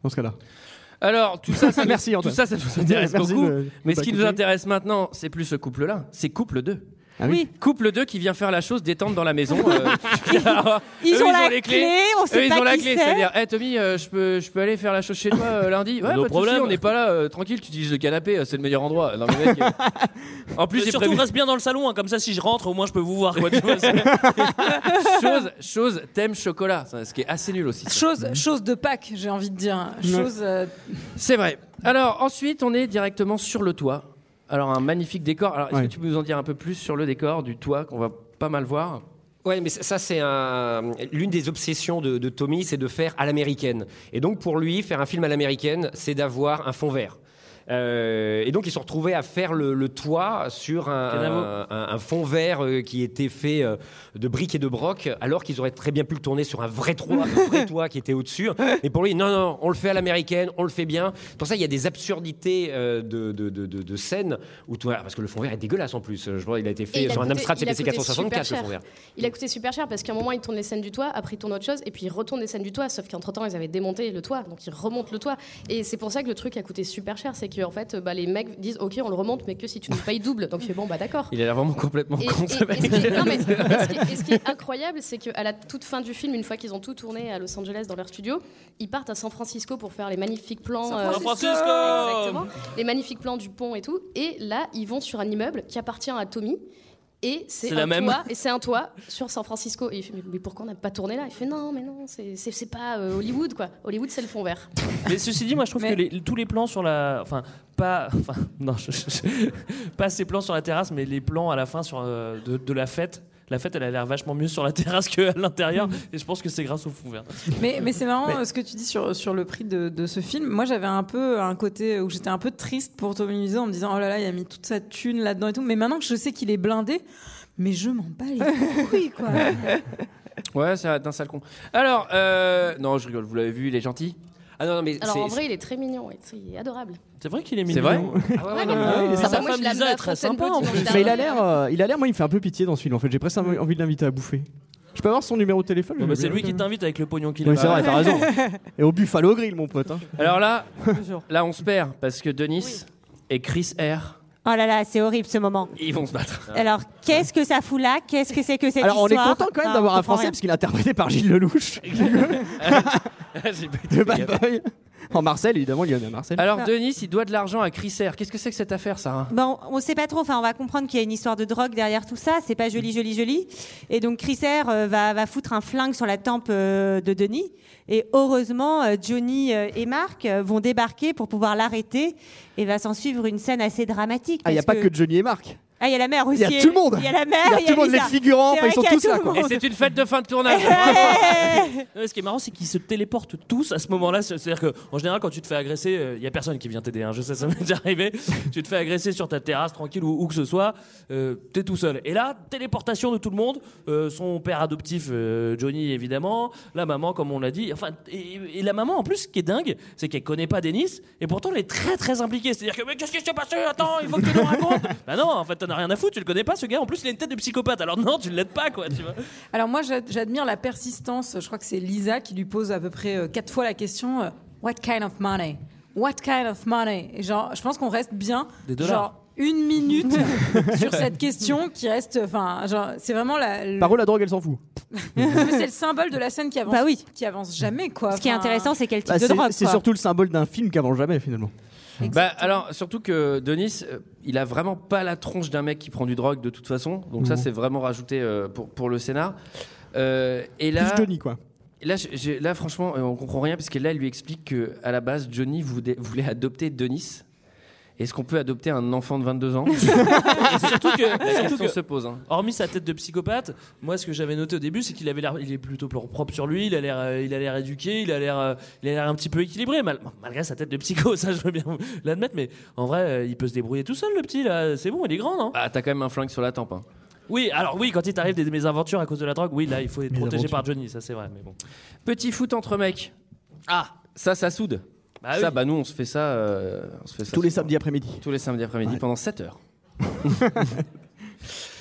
D: Dans ce cas-là.
A: Alors, tout
D: [LAUGHS]
A: ça, ça
D: Merci,
A: tout
D: Antoine.
A: ça, ça nous intéresse
D: [LAUGHS] Merci
A: beaucoup.
D: de- de
A: mais
D: pas
A: ce qui nous
D: couper.
A: intéresse maintenant, c'est plus ce couple-là, c'est couple 2.
H: Ah
A: oui. Couple 2 qui vient faire la chose détente dans la maison.
F: [LAUGHS]
A: euh,
F: Ils
A: eux,
F: ont la clé, on sait
A: eux,
F: pas
A: ils ont la
F: qui
A: clé.
F: c'est.
A: C'est-à-dire, Eh Tommy, euh, je peux, je peux aller faire la chose chez toi euh, lundi Ouais,
C: No
A: pas de souci,
C: problème.
A: on n'est pas là, euh, tranquille, tu utilises le canapé, euh, c'est le meilleur endroit. Non, mais mec, euh, En
C: [LAUGHS]
A: plus, j'ai
C: surtout
A: prévu-
C: reste bien dans le salon, hein, comme ça si je rentre au moins je peux vous voir quoi.
A: [LAUGHS]
C: tu vois, c'est-
A: chose, chose, thème chocolat, ça, ce qui est assez nul aussi. ça.
H: Chose, chose de Pâques, j'ai envie de dire.
A: Ouais.
H: Chose. euh,
A: C'est vrai. Alors ensuite, on est directement sur le toit. Alors un magnifique décor. Alors est-ce
B: Ouais.
A: que tu peux nous en dire un peu plus sur le décor du toit qu'on va pas mal voir
B: Ouais, mais ça, ça, c'est un- l'une des obsessions de, de Tommy, c'est de faire à l'américaine. Et donc pour lui, faire un film à l'américaine, c'est d'avoir un fond vert. Euh, et donc ils se sont retrouvés à faire le, le toit sur
A: Canavo.
B: un, un- un fond vert euh, qui était fait euh, de briques et de broc, alors qu'ils auraient très bien pu le tourner sur un vrai toit, un
I: [LAUGHS]
B: vrai toit qui était au-dessus. Mais pour lui, non, non, on le fait à l'américaine, on le fait bien. Pour ça, il y a des absurdités euh, de, de, de, de- de scènes où tout, parce que le fond vert est dégueulasse en plus. Je vois, il a été
I: Et
B: fait
I: il a
B: sur un
I: coûté-
B: Amstrad
I: il a
B: CPC
I: coûté super
B: 464 le
I: cher.
B: fond vert.
I: Il a coûté super cher parce qu'à un moment, il tourne les scènes du toit, après il tourne autre chose, et puis il retourne les scènes du toit, sauf qu'entre-temps, ils avaient démonté le toit, donc ils remontent le toit. Et c'est pour ça que le truc a coûté super cher, c'est que en fait, bah, les mecs disent Ok, on le remonte, mais que si tu nous payes double. Donc il fait Bon, bah d'accord.
A: Il a l'air vraiment complètement
I: Et-
A: con.
I: et-
A: ce mec.
I: et ce qui
B: [LAUGHS]
I: est- non, mais- et ce qui est- et ce qui est incroyable, c'est qu'à la toute fin du film, une fois qu'ils ont tout tourné à Los Angeles dans leur studio, ils partent à San Francisco pour faire les magnifiques plans.
C: San
I: euh,
C: Francisco
I: Exactement. Les magnifiques plans du pont et tout. Et là, ils vont sur un immeuble qui appartient à Tommy. Et c'est
C: C'est
I: un
C: la même.
I: toit, et c'est un toit sur San Francisco. Et il fait, mais, mais pourquoi on n'a pas tourné là Il fait non, mais non, c'est- c'est c'est pas euh, Hollywood quoi. Hollywood c'est le fond vert.
C: Mais ceci dit, moi je trouve que les- tous les plans sur la. Enfin, pas. Enfin, non, je- je- pas ces plans sur la terrasse, mais les plans à la fin sur, euh, de, de la fête. La fête, elle a l'air vachement mieux sur la terrasse qu'à l'intérieur. Et je pense que c'est grâce au fond vert.
H: Mais, mais c'est marrant
C: Mais-
H: euh, ce que tu dis sur, sur le prix de, de ce film. Moi, j'avais un peu un côté où j'étais un peu triste pour Tommy Wiseau en me disant oh là là, il a mis toute sa thune là-dedans et tout. Mais maintenant que je sais qu'il est blindé, mais je m'en bats les couilles, quoi.
A: Ouais, c'est d'un sale con. Alors, euh, non, je rigole. Vous l'avez vu, il est gentil.
B: Ah non, non mais
I: Alors en vrai, il est très mignon, ouais, tu sais, il est adorable.
C: c'est vrai qu'il est
A: C'est vrai.
I: Ouais, non, mais-
C: Ah ouais,
I: mais
C: sa
I: ça,
C: femme
I: moi, je l'aime
C: Lisa
I: à
C: est très
I: Fontainebleau,
C: sympa, en
I: dimanche
C: plus.
I: dernier.
D: Mais il a l'air, euh, il a l'air, moi, il me fait un peu pitié dans ce film. En fait, j'ai presque envie envie de l'inviter à bouffer. Je peux avoir son numéro de téléphone
C: Bon,
D: je
C: bah,
D: vais
C: c'est
D: le
C: lui
D: bloquer.
C: qui t'invite avec le pognon qu'il a.
D: Oui, c'est vrai, t'as raison. Et au Buffalo Grill, mon pote. hein.
A: Alors là, là, on se perd parce que Denis et Chris R.
F: [LAUGHS] Oh là là, c'est horrible ce moment.
A: Ils vont se
I: [LAUGHS]
A: battre.
F: Alors, qu'est-ce que ça fout là Qu'est-ce que c'est que cette
D: Ah. Alors, on est
F: histoire
D: content quand même
F: Ah, on
D: d'avoir un
F: comprend
D: Français
F: rien.
D: parce qu'il est interprété par Gilles Lelouch.
A: J'ai pas été
D: de
A: fait
D: Bad
A: gaffe.
D: Boy. En Marseille, évidemment, il y en a à Marseille.
A: Alors Denis, il doit de l'argent à Chris R. Qu'est-ce que c'est que cette affaire, hein Sarah
F: Bon, Bah, on sait pas trop. Enfin, on va comprendre qu'il y a une histoire de drogue derrière tout ça.
D: Mm.
F: C'est pas joli, joli, joli. Et donc, Chris R, euh, va, va foutre un flingue sur la tempe euh, de Denis. Et heureusement, euh, Johnny euh, et Marc euh, vont débarquer pour pouvoir l'arrêter. Et va s'en suivre une scène assez dramatique.
D: Ah, il n'y a
F: parce
D: pas que Johnny et Marc.
F: Ah, il y a la mère aussi.
D: Il y a tout le monde.
F: Il y a la mère.
D: Il y a tout le monde, les
F: Lisa.
D: figurants,
F: C'est
D: enfin, ils
F: vrai
D: sont
F: qu'il y a
D: tous là,
F: tout le
D: quoi.
A: Et
F: monde.
A: c'est une fête de fin de tournage.
C: Non, mais ce qui est marrant, c'est qu'ils se téléportent tous à ce moment-là. C'est- C'est-à-dire qu'en général, quand tu te fais agresser, il n'y a personne qui vient t'aider. hein. Je sais, ça [LAUGHS] m'est déjà arrivé. tu te fais agresser sur ta terrasse, tranquille, ou où que ce soit. euh, T'es tout seul. Et là, téléportation de tout le monde. euh, son père adoptif, euh, Johnny, évidemment. La maman, comme on l'a dit. Enfin, et, et la maman, en plus, ce qui est dingue, c'est qu'elle connaît pas Denis. Et pourtant, elle est très, très impliquée. C'est-à-dire que, mais qu'est-ce qui s'est passé Attends, il faut que tu nous racontes. bah non, en fait, t'en as rien à foutre. Tu le connais pas, ce gars. En plus, il a une tête de psychopathe. Alors non, tu l'aides pas, quoi. Tu vois.
H: Alors moi, j'ad- j'admire la persistance. Je crois que c'est Lisa qui lui pose à peu près euh, quatre fois la question euh, What kind of money What kind of money Et genre, je pense qu'on reste bien.
C: Des dollars.
H: Genre,
B: [LAUGHS]
H: une minute sur cette question qui reste. Enfin, genre, c'est vraiment la. le-
D: Par eux, la drogue, elle s'en fout.
H: Mais c'est le symbole de la scène qui avance,
F: Bah oui.
H: qui avance jamais, quoi.
F: Ce qui est
H: Enfin,
F: intéressant, c'est quel type
D: Bah,
F: de
D: c'est-
F: drogue.
D: c'est
F: quoi.
D: surtout le symbole d'un film qu'avant jamais, finalement.
A: Bah alors surtout que Denis, euh, il a vraiment pas la tronche d'un mec qui prend du drogue de toute façon. Donc ça
D: Non.
A: c'est vraiment rajouté euh, pour pour le scénar. Euh, et là,
D: Plus Johnny, quoi.
A: et là, j'ai- j'ai- là franchement, euh, on comprend rien parce que là, il lui explique que à la base, Johnny voulait, voulait adopter Denis. Est-ce qu'on peut adopter un enfant de 22 ans
C: Et surtout que,
A: La
C: surtout
A: question
C: que-
A: se pose. hein.
C: Hormis sa tête de psychopathe, moi ce que j'avais noté au début, c'est qu'il avait l'air, il est plutôt pro- propre sur lui, il a l'air, euh, il a l'air éduqué, il a l'air, euh, il a l'air un petit peu équilibré, mal- malgré sa tête de psycho, [LAUGHS] ça je veux bien vous l'admettre, mais en vrai, euh, il peut se débrouiller tout seul le petit là, c'est bon, il est grand, non
A: Ah, t'as quand même un flingue sur la tempe. hein.
C: Oui, alors oui, quand il t'arrive des mésaventures à cause de la drogue, oui là, il faut être protégé
D: Mésaventures.
C: par Johnny, ça c'est vrai, mais bon.
A: Petit foot entre mecs.
C: Ah,
A: Ça, ça soude.
C: bah
A: ça,
C: oui.
A: bah nous, on se fait ça. euh, on se fait ça
D: Tous les
A: souvent.
D: samedis après-midi.
A: Tous les samedis après-midi pendant 7 heures.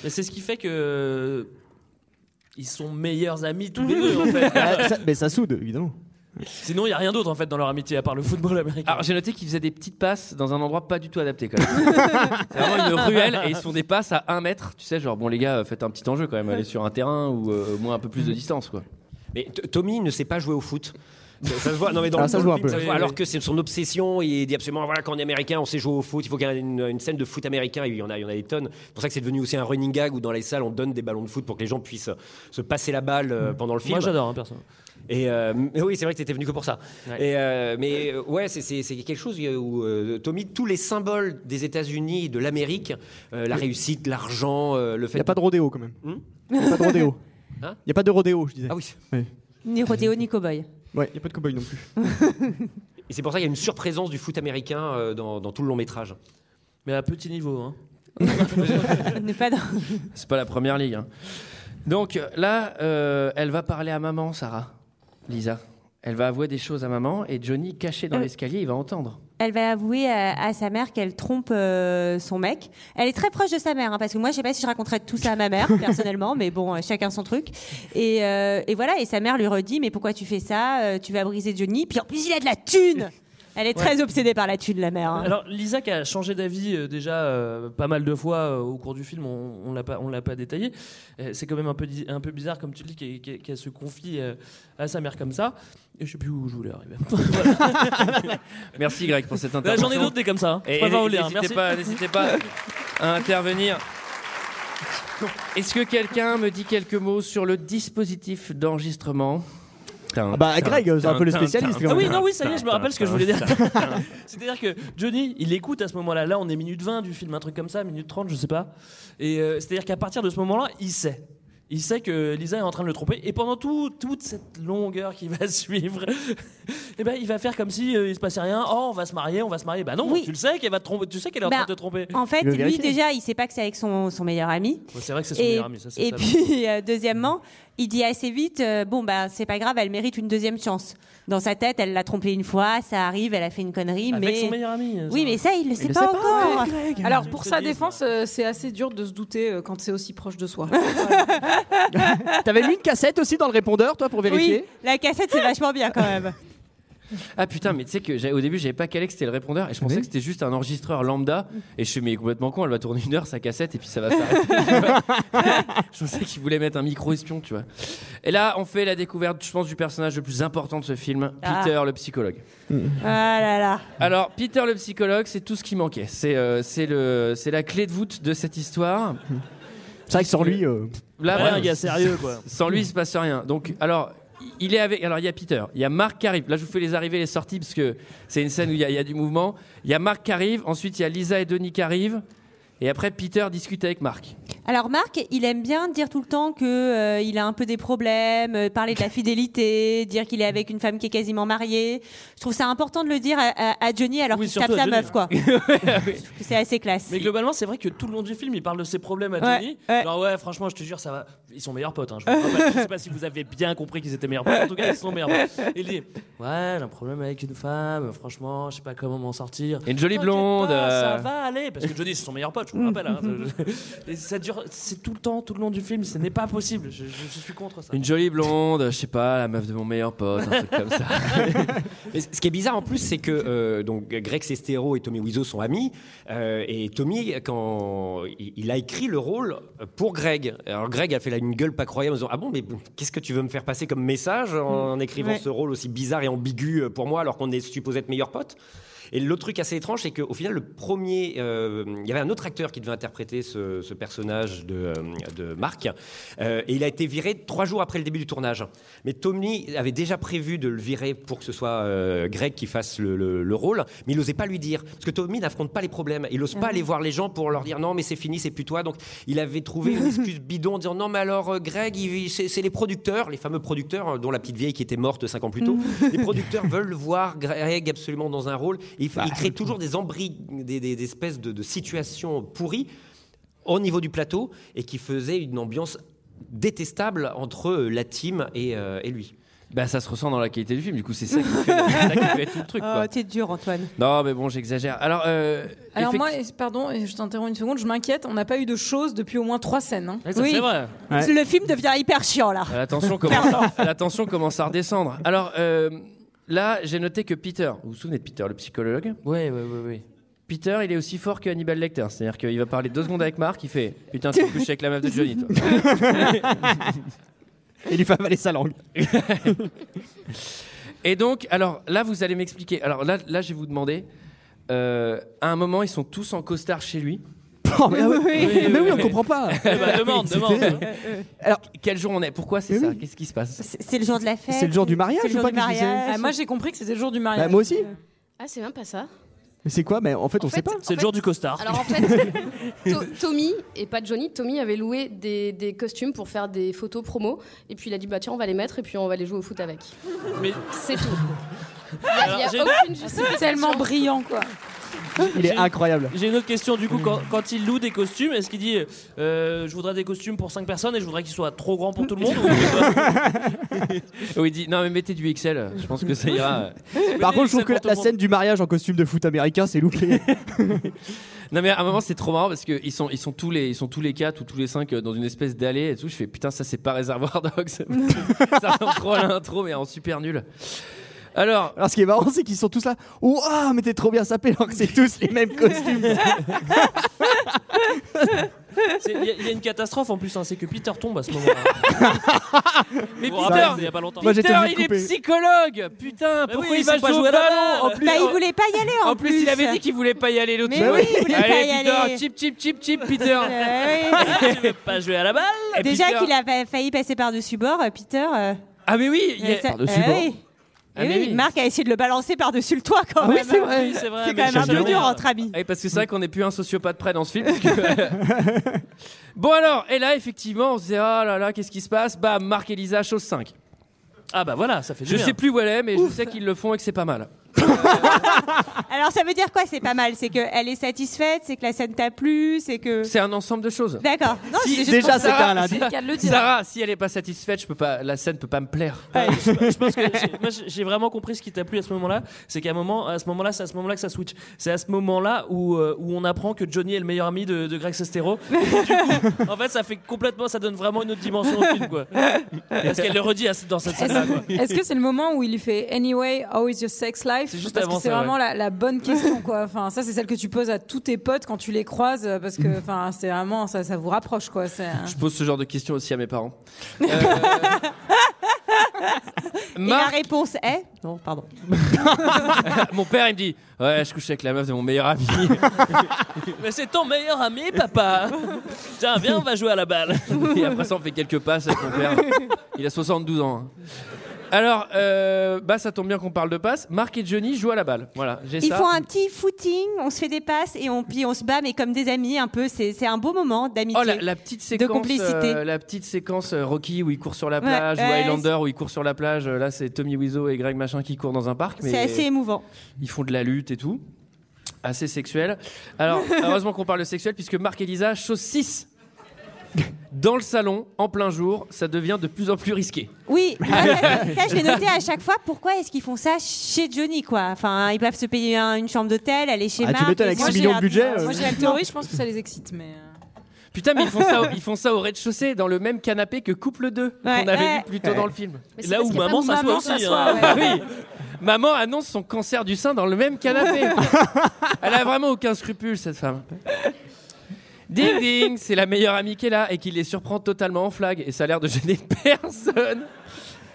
C: Mais c'est ce qui fait que ils sont meilleurs amis tous les deux en fait.
D: Ah, ça- mais ça soude, évidemment.
C: Sinon, il n'y a rien d'autre en fait dans leur amitié à part le football américain.
A: Alors j'ai noté qu'ils faisaient des petites passes dans un endroit pas du tout adapté quand [LAUGHS] même. c'est vraiment une ruelle et ils se font des passes à 1 mètre. Tu sais, genre bon les gars, euh, faites un petit enjeu quand même, allez sur un terrain ou euh, au moins un peu
D: Mm.
A: plus de distance quoi.
B: Mais T- Tommy ne sait pas jouer au foot. Ça ça se voit, non, mais dans
D: Ah,
B: le
D: ça se voit un
B: film,
D: peu. Oui, oui.
B: Alors que c'est son obsession, il dit absolument voilà, quand on est américain, on sait jouer au foot, il faut qu'il y ait une, une scène de foot américain, et il y, en a, il y en a des tonnes. C'est pour ça que c'est devenu aussi un running gag où dans les salles on donne des ballons de foot pour que les gens puissent se passer la balle euh,
D: Mmh.
B: pendant le film.
C: Moi, j'adore, hein, perso.
B: Et euh, mais oui, c'est vrai que t'étais venu que pour ça.
C: Ouais.
B: Et euh, mais euh, ouais, c'est- c'est c'est quelque chose où euh, Tommy, tous les symboles des États-Unis, et de l'Amérique, euh, la réussite, l'argent, euh, le
D: Il
B: fait.
D: n'y a pas de rodéo quand même.
B: Hmm
D: Il n'y a pas de rodéo. Il
B: Hein
D: n'y a pas de rodéo, je disais.
B: Ah oui.
D: Ouais,
F: Ni rodéo, ni cowboy. [LAUGHS]
D: il n'y a pas de cowboy non plus.
B: Et c'est pour ça qu'il y a une surprésence du foot américain euh, dans, dans tout le long métrage.
C: Mais à petit niveau. Hein.
F: On n'est pas dans-
A: C'est pas la première ligue. hein. Donc là, euh, elle va parler à maman, Sarah, Lisa. Elle va avouer des choses à maman et Johnny, caché dans
F: Euh.
A: l'escalier, il va entendre.
F: Elle va avouer euh, à, à sa mère qu'elle trompe euh, son mec. Elle est très proche de sa mère, hein, parce que moi, je sais pas si je raconterais tout ça à
C: [LAUGHS]
F: ma mère, personnellement, mais bon, euh, chacun son truc. Et, euh, et voilà, et sa mère lui redit, mais pourquoi tu fais ça Euh, Tu vas briser Johnny, puis en plus, il a de la thune Elle est très obsédée par la thune, la mère. hein.
C: Alors Lisa qui a changé d'avis euh, déjà euh, pas mal de fois euh, au cours du film, on, on l'a pas, on l'a pas détaillé. Euh, c'est quand même un peu di- un peu bizarre comme tu le dis qu'elle- qu'elle qu'elle se confie euh, à sa mère comme ça. Et je sais plus où je voulais arriver.
A: Merci Greg pour
D: [LAUGHS] Bah,
A: cette
C: Là,
A: intervention.
C: J'en ai d'autres des comme ça. hein.
A: Et,
C: Je préfère vous
A: et
C: le dire.
A: n'hésitez
C: Merci.
A: pas, n'hésitez pas à intervenir. Est-ce que quelqu'un me dit quelques mots sur le dispositif d'enregistrement
D: Ah bah, Greg, c'est un peu le spécialiste, quand
C: Ah
D: même.
C: oui, non, oui, ça y est, je me rappelle ce que je voulais dire. [LAUGHS] C'est-à-dire que Johnny, il écoute à ce moment-là. Là, on est minute 20 du film, un truc comme ça, minute 30, je sais pas. Et euh, c'est-à-dire qu'à partir de ce moment-là, il sait. Il sait que Lisa est en train de le tromper. Et pendant tout- toute cette longueur qui va [LAUGHS] suivre, eh ben, il va faire comme si euh, il se passait rien. Oh, on va se marier, on va se marier. Bah non, tu le sais qu'elle va te tromper. Tu sais qu'elle est en
F: Bah,
C: train de te tromper.
F: En fait, lui, déjà, il sait pas que c'est avec son, son meilleur ami.
C: Ouais, c'est vrai que c'est son
F: Et-
C: meilleur ami, ça, c'est
F: Et
C: ça.
F: puis, euh, deuxièmement, il dit assez vite euh, Bon, bah, c'est pas grave, elle mérite une deuxième chance. Dans sa tête, elle l'a trompé une fois, ça arrive, elle a fait une connerie,
C: Avec
F: mais.
C: son meilleur ami. ça.
F: Oui, mais ça, il le sait
C: le
F: pas
C: sait pas,
F: encore.
H: Alors pour sa défense, euh, c'est assez dur de se douter euh, quand c'est aussi proche de soi.
D: T'avais mis une cassette aussi dans le répondeur, toi, pour vérifier
F: Oui, la cassette, c'est vachement bien quand
D: [LAUGHS]
F: même.
A: Ah putain, mais tu sais que j'ai- au début, j'avais pas calé que c'était le répondeur et je pensais que c'était juste un enregistreur lambda. Et je suis mais complètement con, elle va tourner une heure sa cassette et puis ça va
D: [LAUGHS]
A: s'arrêter. je pensais qu'il voulait mettre un micro espion, tu vois. Et là, on fait la découverte, je pense, du personnage le plus important de ce film,
F: Ah.
A: Peter le psychologue.
F: Ah là là.
A: Alors, Peter le psychologue, c'est tout ce qui manquait. C'est euh, c'est le- c'est la clé de voûte de cette histoire.
D: C'est vrai que sans lui. euh,
A: Là,
C: Ah Ouais,
A: voilà.
C: un gars sérieux, quoi.
A: Sans lui, il se passe rien. Donc, alors, il est avec. Alors, il y a Peter, il y a Marc qui arrive. Là, je vous fais les arrivées et les sorties parce que c'est une scène où il y, a- il y a du mouvement. Il y a Marc qui arrive, ensuite, il y a Lisa et Denis qui arrivent. Et après, Peter discute avec Marc.
F: Alors Marc, il aime bien dire tout le temps que euh, il a un peu des problèmes, euh, parler de la fidélité, [LAUGHS] dire qu'il est avec une femme qui est quasiment mariée. Je trouve ça important de le dire à, à- à Johnny alors
C: Oui,
F: qu'il
C: surtout
F: tape
C: à
F: sa
C: Johnny. hein.
F: meuf,
C: [LAUGHS]
F: quoi. Je trouve que C'est assez classe.
C: Mais globalement, c'est vrai que tout le long du film, il parle de ses problèmes à
F: Ouais,
C: Johnny. Genre, ouais, franchement, je te jure, ça va. Ils sont meilleurs potes. hein, je, vous le rappelle. Je sais pas si vous avez bien compris qu'ils étaient meilleurs potes. En tout cas, ils sont meilleurs potes. Et Il dit, ouais, j'ai un problème avec une femme. Franchement, je sais pas comment m'en sortir.
A: Et une jolie
C: T'inquiète
A: blonde,
C: Oh, pas,
A: euh.
C: Ça va aller. Parce que Johnny, c'est son meilleur pote, je vous le
A: [LAUGHS]
C: rappelle. hein. Et ça dure, c'est tout le temps, tout le long du film. Ce n'est pas possible. Je, je- je suis contre ça.
A: Une jolie blonde, je sais pas, la meuf de mon meilleur pote, un truc comme ça.
B: Mais ce qui est bizarre en plus, c'est que euh, donc Greg Sestero et Tommy Wiseau sont amis, euh, et Tommy, quand il, il a écrit le rôle pour Greg, alors Greg a fait là une gueule pas croyable en disant ah bon mais qu'est-ce que tu veux me faire passer comme message en, en écrivant
F: Ouais.
B: ce rôle aussi bizarre et ambigu euh, pour moi alors qu'on est supposé être meilleurs potes. Et l'autre truc assez étrange, c'est qu'au final, le premier, euh, il y avait un autre acteur qui devait interpréter ce, ce personnage de, euh, de Marc, euh, et il a été viré trois jours après le début du tournage. Mais Tommy avait déjà prévu de le virer pour que ce soit euh, Greg qui fasse le, le- le rôle, mais il n'osait pas lui dire, parce que Tommy n'affronte pas les problèmes, il n'ose pas aller voir les gens pour leur dire non mais c'est fini, c'est plus toi. Donc il avait trouvé une excuse bidon en disant non mais alors euh, Greg, il- c'est c'est les producteurs, les fameux producteurs, euh, dont la petite vieille qui était morte cinq ans plus tôt. les producteurs veulent le voir Greg absolument dans un rôle. Et il, fait- il crée toujours des embris, des, des- des espèces de, de situations pourries au niveau du plateau et qui faisait une ambiance détestable entre euh, la team et, euh, et lui.
A: Bah, ça se ressent dans la qualité du film, du coup, c'est ça qui fait, c'est ça qui fait tout le
H: [LAUGHS]
A: truc,
F: Oh,
H: Ah
A: quoi.
F: t'es dur, Antoine.
A: Non, mais bon, j'exagère. Alors, euh,
H: Alors
A: effecti-
H: moi, pardon, je t'interromps une seconde, je m'inquiète, on n'a pas eu de choses depuis au moins trois scènes. hein.
C: Ouais, ça, C'est vrai.
D: Ouais.
F: Le film devient hyper chiant là.
H: [LAUGHS]
A: La tension commence, la tension commence à redescendre. Alors, euh, Là, j'ai noté que Peter, vous vous souvenez de Peter, le psychologue Oui, oui, oui, Peter, il est aussi fort que Hannibal Lecter. C'est-à-dire qu'il va parler deux secondes avec Marc, il fait Putain, tu te couches avec la meuf de Johnny, toi.
D: Il lui fait avaler sa [LAUGHS] langue.
A: Et donc, alors là, vous allez m'expliquer. Alors là, là, je vais vous demander. euh, à un moment, ils sont tous en costard chez lui.
D: Ah, mais oui, oui. Mais oui, on comprend pas.
A: Eh ben, [LAUGHS] demande,
D: C'était-
A: demande.
C: hein.
A: Alors, quel jour on est Pourquoi c'est ça Qu'est-ce qui se passe
F: C'est le jour de la fête.
D: C'est le jour du mariage
F: C'est le
D: ou
F: jour
D: pas
F: du
D: que je disais
F: mariage.
H: Ah, moi j'ai compris que c'était le jour du mariage.
D: Bah, moi aussi.
I: Ah, c'est même pas ça.
D: Mais c'est quoi Mais en fait, on sait pas.
C: C'est le jour du costard.
I: Alors en fait, To- Tommy et pas Johnny, Tommy avait loué des, des costumes pour faire des photos promo et puis il a dit bah tiens on va les mettre et puis on va les jouer au foot avec.
C: Mais
I: c'est tout.
C: [LAUGHS] Alors,
I: Il y a
C: j'ai-
I: aucune
H: C'est
I: justification.
H: tellement brillant quoi.
D: Il est incroyable.
C: J'ai une autre question
D: Mm.
C: du coup. Quand, quand il loue des costumes, est-ce qu'il dit euh, je voudrais des costumes pour 5 personnes et je voudrais qu'ils soient trop grands pour tout le monde
D: [LAUGHS]
A: Où il dit Non, mais mettez du XL. Je pense que ça
F: [LAUGHS]
A: ira.
D: Par contre, je trouve que la,
C: tout le
D: la scène du mariage en costume de foot américain,
F: [LAUGHS]
D: c'est loupé.
A: Non mais à un moment c'est trop marrant parce que ils sont ils sont tous les ils sont tous les quatre ou tous les cinq euh, dans une espèce d'allée et tout. Je fais putain ça c'est pas réservoir [LAUGHS] dogs. ça ressemble trop à l'intro mais en super nul. Alors
D: Alors, ce qui est marrant, c'est qu'ils sont tous là. Oh, ah, mais t'es trop bien sapé, alors que c'est tous les mêmes
F: [LAUGHS]
D: costumes.
C: C'est- Il y, a- il y a une catastrophe en plus, hein, c'est que Peter tombe à ce moment-là.
D: [LAUGHS]
A: mais
C: Vous vous
A: Peter,
C: rappelez, il y a pas longtemps.
D: Moi, j'étais
A: Peter,
D: obligé de
A: il est
D: couper.
A: psychologue. Putain
C: Bah
A: pourquoi
C: oui,
A: il va
C: sait pas
A: jouer au
C: jouer au
A: ballon
C: ballon,
A: en
C: en
A: plus
F: Bah, il voulait pas y aller en,
A: en plus, il avait dit qu'il voulait pas y aller l'autre.
F: Mais
A: fois.
D: Bah oui,
F: oui, il voulait
A: Allez
F: pas y
A: Peter,
F: aller.
A: chip chip chip chip
F: [LAUGHS]
A: Peter.
F: Euh, oui.
C: tu veux pas jouer à la balle
A: Et
F: Déjà
A: Peter-
F: qu'il avait failli passer par-dessus bord, euh, Peter. euh,
A: Ah mais oui. il y a-
F: euh, ça-
D: Par-dessus
F: euh,
D: bord.
F: oui.
A: Ah,
F: Eh
A: mais
F: oui,
A: oui.
F: Marc a essayé de le balancer par-dessus le toit quand même.
D: Ah oui, c'est vrai.
C: Oui, c'est vrai.
F: C'est
C: mais hein. euh,
F: quand même un
C: j'avoue.
F: peu dur entre amis.
A: Ah oui, parce que c'est vrai qu'on n'est plus un sociopathe près dans ce film. parce
D: [LAUGHS]
A: que- bon alors, et là effectivement, on se dit ah là là, qu'est-ce qui se passe Bah Marc et Lisa, chose 5.
C: Ah bah voilà, ça fait
A: Je
C: du bien.
A: sais plus où elle est, mais je sais qu'ils le font et que c'est pas mal.
F: Alors ça veut dire quoi C'est pas mal. C'est qu'elle est satisfaite, c'est que la scène t'a plu, c'est que.
A: C'est un ensemble de choses.
F: D'accord. Non, c'est juste
D: Déjà,
F: pour
D: c'était
F: ça.
D: un lundi.
H: C'est le cas de le dire.
A: Sarah, si elle est pas satisfaite, je peux pas, la scène peut pas me plaire.
C: Je pense que j'ai- moi, j'ai- j'ai vraiment compris ce qui t'a plu à ce moment-là, c'est qu'à un moment, à ce moment-là, c'est à ce moment-là que ça switch. C'est à ce moment-là où, euh, où on apprend que Johnny est le meilleur ami de, de Greg Sestero. Et du coup, en fait, ça fait complètement, ça donne vraiment une autre dimension au film, quoi. Parce qu'elle le redit à- dans cette scène-là. quoi.
H: Est-ce que c'est le moment où il lui fait Anyway, how is your sex life
C: C'est juste
H: Parce
C: avant
H: que c'est
C: ça,
H: vraiment la, la bonne question, quoi. Enfin, ça, c'est celle que tu poses à tous tes potes quand tu les croises, euh, parce que, enfin, c'est vraiment, ça, ça vous rapproche, quoi. C'est un-
A: Je pose ce genre de questions aussi à mes [LAUGHS] parents. Euh,
F: Et la
A: Marc,
F: réponse est. Non, pardon.
A: mon père, il me dit Ouais, je couche avec la meuf de mon meilleur ami.
C: Mais c'est ton meilleur ami, papa. Tiens, viens, on va jouer à la balle.
A: [LAUGHS] Et après ça, on fait quelques passes avec mon père. Il a 72 ans. hein. Alors, euh, bah, ça tombe bien qu'on parle de passes. Marc et Johnny jouent à la balle. Voilà, j'ai
F: Ils
A: ça.
F: font un petit footing, on se fait des passes et on, puis on se bat, mais comme des amis un peu. C'est c'est un beau moment d'amitié.
A: Oh, la, la petite séquence,
F: complicité.
A: euh, la petite séquence euh, Rocky où il court sur la
F: Ouais,
A: plage,
F: ouais,
A: ou Highlander où il court sur la plage. Euh, Là, c'est Tommy Wiseau et Greg Machin qui courent dans un parc, mais
F: C'est assez émouvant.
A: ils font de la lutte et tout, assez sexuel.
F: [LAUGHS]
A: Alors, heureusement qu'on parle de sexuel puisque Marc et Lisa, chose 6 dans le salon, en plein jour, ça devient de plus en plus risqué.
F: Oui, ça, Ah ça, ça, je l'ai noté à chaque fois. Pourquoi est-ce qu'ils font ça chez Johnny, quoi Enfin, ils peuvent se payer un- une chambre d'hôtel, aller chez
D: Ah, tu
F: Marc.
D: m'étonnes, avec
F: Moi,
D: 6
F: j'ai
D: millions de
F: un-
D: budget, euh.
H: Moi, j'ai la théorie, je pense que ça les excite, mais. euh,
A: Putain, mais ils font ça, au- ils font ça au rez-de-chaussée, dans le même canapé que Couple 2
F: Ouais,
A: qu'on avait
F: ouais.
A: vu plus tôt dans le film.
I: Mais c'est
C: Là
I: parce
C: où
I: qu'il y a pas
C: maman
H: où maman
C: s'assoit aussi.
H: s'assoit,
C: hein.
H: ouais.
A: Ah oui Maman annonce son cancer du sein dans le même [LAUGHS] canapé. Elle a vraiment aucun scrupule, cette femme. Ding ding, c'est la meilleure amie qui est là et qui les surprend totalement en flag. Et ça a l'air de gêner [LAUGHS] personne.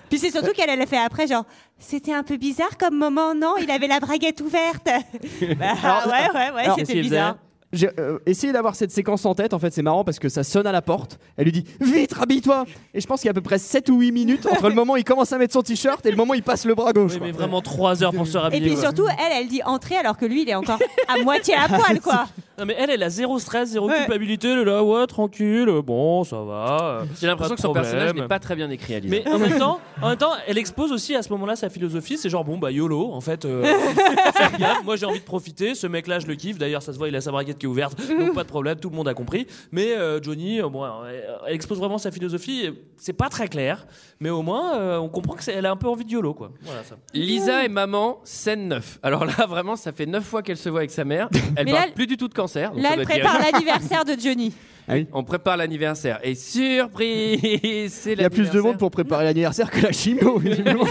F: Puis c'est surtout qu'elle elle a fait après, genre, c'était un peu bizarre comme moment, non Il avait la braguette ouverte. [LAUGHS] Bah, ouais, ouais, ouais,
D: alors,
A: qu'est-ce
F: c'était
A: qu'il
F: bizarre.
D: J'ai euh, essayé d'avoir cette séquence en tête. En fait, c'est marrant parce que ça sonne à la porte. Elle lui dit Vite, habille-toi Et je pense qu'il y a à peu près 7 ou 8 minutes entre le moment où il commence à mettre son t-shirt et le moment où il passe le bras gauche.
C: Oui,
D: quoi.
C: mais vraiment 3 heures pour se
F: Et
C: rhabiller.
F: puis
C: quoi.
F: surtout, elle, elle dit entrer alors que lui, il est encore à moitié à poil, quoi.
C: Non, mais elle, elle a zéro stress, zéro
F: Ouais.
C: culpabilité. Elle est là, ouais, tranquille, bon, ça va.
A: J'ai l'impression
C: Pas de
A: que son
C: problème.
A: personnage n'est pas très bien écrit, Alice.
C: Mais en même temps, en même temps, elle expose aussi à ce moment-là sa philosophie. C'est genre bon bah YOLO en fait. euh, c'est bien. Moi j'ai envie de profiter. Ce mec-là je le kiffe. D'ailleurs ça se voit il a sa braguette qui est ouverte. Donc pas de problème. Tout le monde a compris. Mais euh, Johnny, euh, bon, elle elle expose vraiment sa philosophie. C'est pas très clair, mais au moins euh, on comprend que c'est- elle a un peu envie de YOLO quoi. Voilà ça.
F: Mmh.
A: Lisa et maman, scène 9. Alors là, vraiment, ça fait 9 fois qu'elle se voit avec sa mère. Elle [LAUGHS]
F: Mais
A: parle
F: là-
A: plus du tout de cancer. donc
F: Là,
A: ça doit
F: elle
A: être
F: prépare
A: irrégulier.
F: l'anniversaire de Johnny.
A: On prépare l'anniversaire. Et [LAUGHS] surprise c'est
D: Il y a plus de
A: l'anniversaire.
D: monde pour préparer l'anniversaire que la
C: [LAUGHS]
D: chimio, visiblement.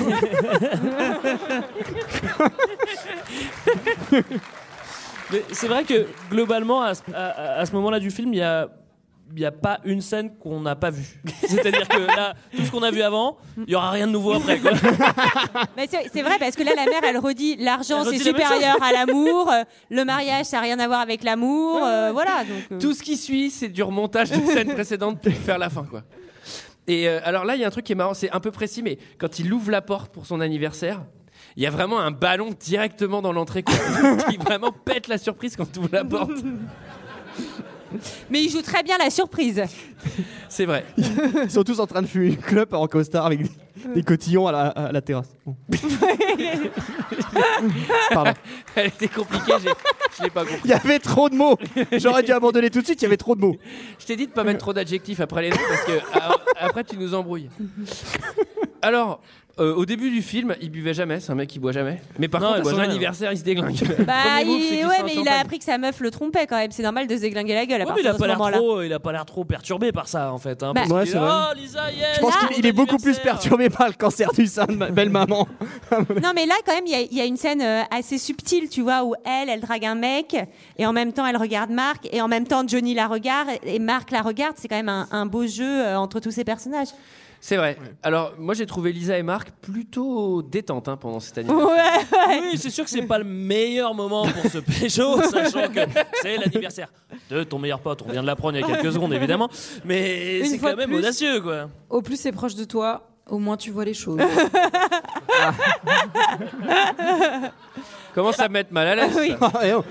C: Mais c'est vrai que globalement, à ce, à- à ce moment-là du film, il y a il n'y a pas une scène qu'on n'a pas vue. [LAUGHS] C'est-à-dire que là, tout ce qu'on a vu avant, il n'y aura rien de nouveau après. quoi.
F: Mais c'est c'est vrai parce que là la mère elle redit l'argent
C: Elle redit
F: c'est
C: la même
F: supérieur
C: chose.
F: à l'amour, euh, le mariage ça n'a rien à voir avec l'amour, euh, voilà donc. euh.
A: Tout ce qui suit, c'est du remontage des scènes précédentes pour faire la fin, quoi. Et euh, alors là, il y a un truc qui est marrant, c'est un peu précis, mais quand il ouvre la porte pour son anniversaire, il y a vraiment un ballon directement dans l'entrée quoi, [LAUGHS] qui vraiment pète la surprise quand tu ouvres la porte.
F: Mais il joue très bien la surprise.
A: C'est vrai.
D: Ils sont tous en train de fumer une clope en costard avec des, des cotillons à la, à la terrasse.
C: [LAUGHS]
D: Bon. Pardon.
A: Elle était compliquée, j'ai- je l'ai pas compris.
D: Il y avait trop de mots. J'aurais dû abandonner tout de suite, il y avait trop de mots.
A: Je t'ai dit de pas mettre trop d'adjectifs après les noms parce que a- après tu nous embrouilles. Alors, euh, au début du film, il buvait jamais, c'est un mec qui boit jamais. Mais par
C: Non, il
A: contre,
C: boit
A: à son
C: jamais,
A: anniversaire, il se déglingue.
F: Bah
A: Premier move, c'est
F: il,
A: qu'il
F: ouais
A: sort un
F: mais il a
A: champagne.
F: appris que sa meuf le trompait quand même, c'est normal de se déglinguer la gueule à
C: Ouais, mais Ah il
F: partir
C: a
F: de ce
C: pas l'air
F: moment là.
C: trop, il a pas l'air trop perturbé par ça en fait. hein,
F: Bah-
C: parce
D: Ouais,
C: qu'il-
D: c'est vrai.
C: Oh, Lisa, yes,
D: Je pense
C: bon
D: qu'il est beaucoup plus perturbé par le cancer du sein de ma belle maman.
F: Non mais là quand même il y a- il y, a une scène euh, assez subtile tu vois où elle elle drague un mec et en même temps elle regarde Marc et en même temps Johnny la regarde et- et Marc la regarde, c'est quand même un, un beau jeu euh, entre tous ces personnages.
A: C'est vrai. Alors, moi, j'ai trouvé Lisa et Marc plutôt détentes hein, pendant cette année.
C: Oui, c'est sûr que c'est pas le meilleur moment pour ce Peugeot, sachant que c'est l'anniversaire de ton meilleur pote. On vient de l'apprendre il y a quelques secondes, évidemment, mais
H: Une
C: c'est
H: fois
C: quand
H: de
C: même
H: plus.
C: audacieux, quoi.
H: Au plus c'est proche de toi, au moins tu vois les choses.
A: Comment ça me met mal à l'aise ça
D: Ah, et oh.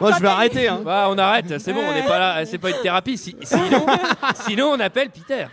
D: Moi, je vais arrêter. hein.
A: Bah, on arrête, c'est bon, on n'est pas là, c'est pas une thérapie. Si- sinon, sinon, on appelle Peter.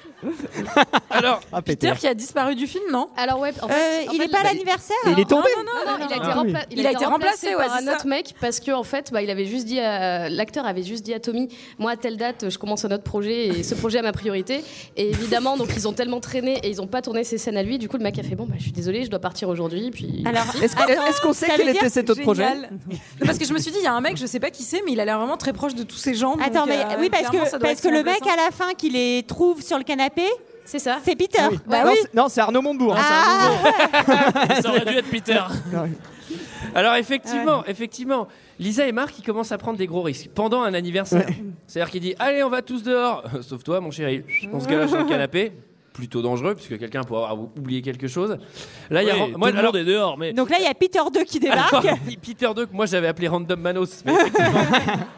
A: Alors,
D: Ah, péter.
H: Peter qui a disparu du film, non
I: Alors ouais, en
F: Euh,
I: fait, en
F: il
I: fait,
F: est pas à l'anniversaire hein.
D: Il est tombé.
H: Non, non,
I: Non,
H: non,
I: non, il a été,
D: Ah oui.
I: rempla- il
H: Il a
I: a
H: été
I: été remplacé,
H: remplacé, ouais,
I: par
H: c'est
I: un
H: ça.
I: autre mec parce que en fait, bah, il avait juste dit, à- l'acteur avait juste dit à Tommy, moi à telle date, je commence un autre projet et ce projet a ma priorité. Et évidemment, donc ils ont tellement traîné et ils ont pas tourné ces scènes à lui. Du coup, le mec a fait bon, bah, je suis désolé, je dois partir aujourd'hui. Puis
F: Alors
D: Est-ce qu'on-
F: attends,
D: est-ce qu'on sait
F: ça
D: quel
F: veut dire
D: était cet autre projet
H: Génial. Non, Parce que je me suis dit, il y a un mec, je sais pas qui c'est, mais il a l'air vraiment très proche de tous ces gens. donc,
F: Attends, mais
H: euh,
F: oui, parce
H: clairement,
F: que,
H: ça doit
F: parce
H: être
F: que
H: son
F: le mec,
H: remplaçant.
F: à la fin, qui les trouve sur le canapé,
I: c'est ça.
F: c'est Peter.
D: Oui.
F: Bah
D: Non,
F: oui.
D: c'est- Non, c'est Arnaud Montebourg. hein,
F: Ah,
C: Ça aurait dû être Peter.
A: alors effectivement, effectivement, Lisa et Marc, ils commencent à prendre des gros risques pendant un anniversaire. C'est-à-dire qu'il dit Allez, on va tous dehors, [LAUGHS] sauf toi, mon chéri. On se calage sur le canapé. Plutôt dangereux, puisque quelqu'un pourrait avoir oublié quelque chose. Là, il y a.
C: Oui,
A: Ran-
C: tout
A: moi,
C: le
A: alors-
C: monde est dehors, mais
F: Donc là, il y a Peter 2 qui
A: [LAUGHS]
F: débarque.
A: Alors, P- Peter 2 que moi j'avais appelé Random Manos. Mais
F: [LAUGHS]
A: effectivement,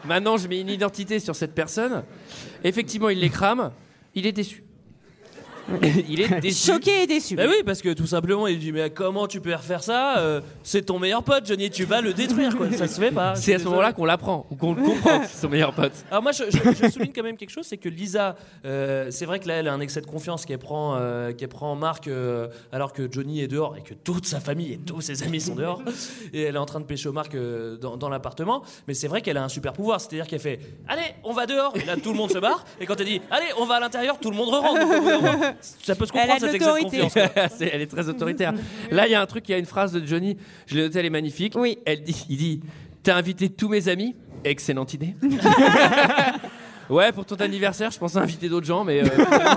A: maintenant je mets une identité sur cette personne. Effectivement, il les crame. Il est déçu. il est déçu.
F: Choqué et déçu.
C: Bah oui, parce que tout simplement, il dit Mais comment tu peux refaire ça Euh, C'est ton meilleur pote, Johnny, tu vas le détruire, quoi. Ça se fait pas.
A: C'est à ce moment-là qu'on l'apprend ou qu'on le
F: [LAUGHS]
A: comprend que c'est son meilleur pote. [LAUGHS]
C: Alors moi, je, je- je souligne quand même quelque chose, c'est que Lisa, euh, c'est vrai que là, elle a un excès de confiance qu'elle prend, euh, qu'elle prend en Marc, euh, alors que Johnny est dehors et que toute sa famille et tous ses amis sont
F: [LAUGHS]
C: dehors, et elle est en train de pêcher au Marc euh, dans, dans l'appartement. Mais c'est vrai qu'elle a un super pouvoir, c'est-à-dire qu'elle fait, allez, on va dehors, et là tout le monde se barre, et quand elle dit, allez, on va à l'intérieur, tout le monde rentre. Donc, au bout d'un moment, Ça peut se
F: Elle a
C: comprendre
F: de
C: cet excès de
F: l'autorité.
C: confiance.
A: Ah, C'est- elle est très autoritaire. Là, il y a un truc, il y a une phrase de Johnny. Je l'ai notée, elle est magnifique.
F: Oui.
A: Elle dit, il dit, t'as invité tous mes amis. Excellente
F: [LAUGHS]
A: idée. ouais, pour ton anniversaire, je pensais inviter d'autres gens, mais euh,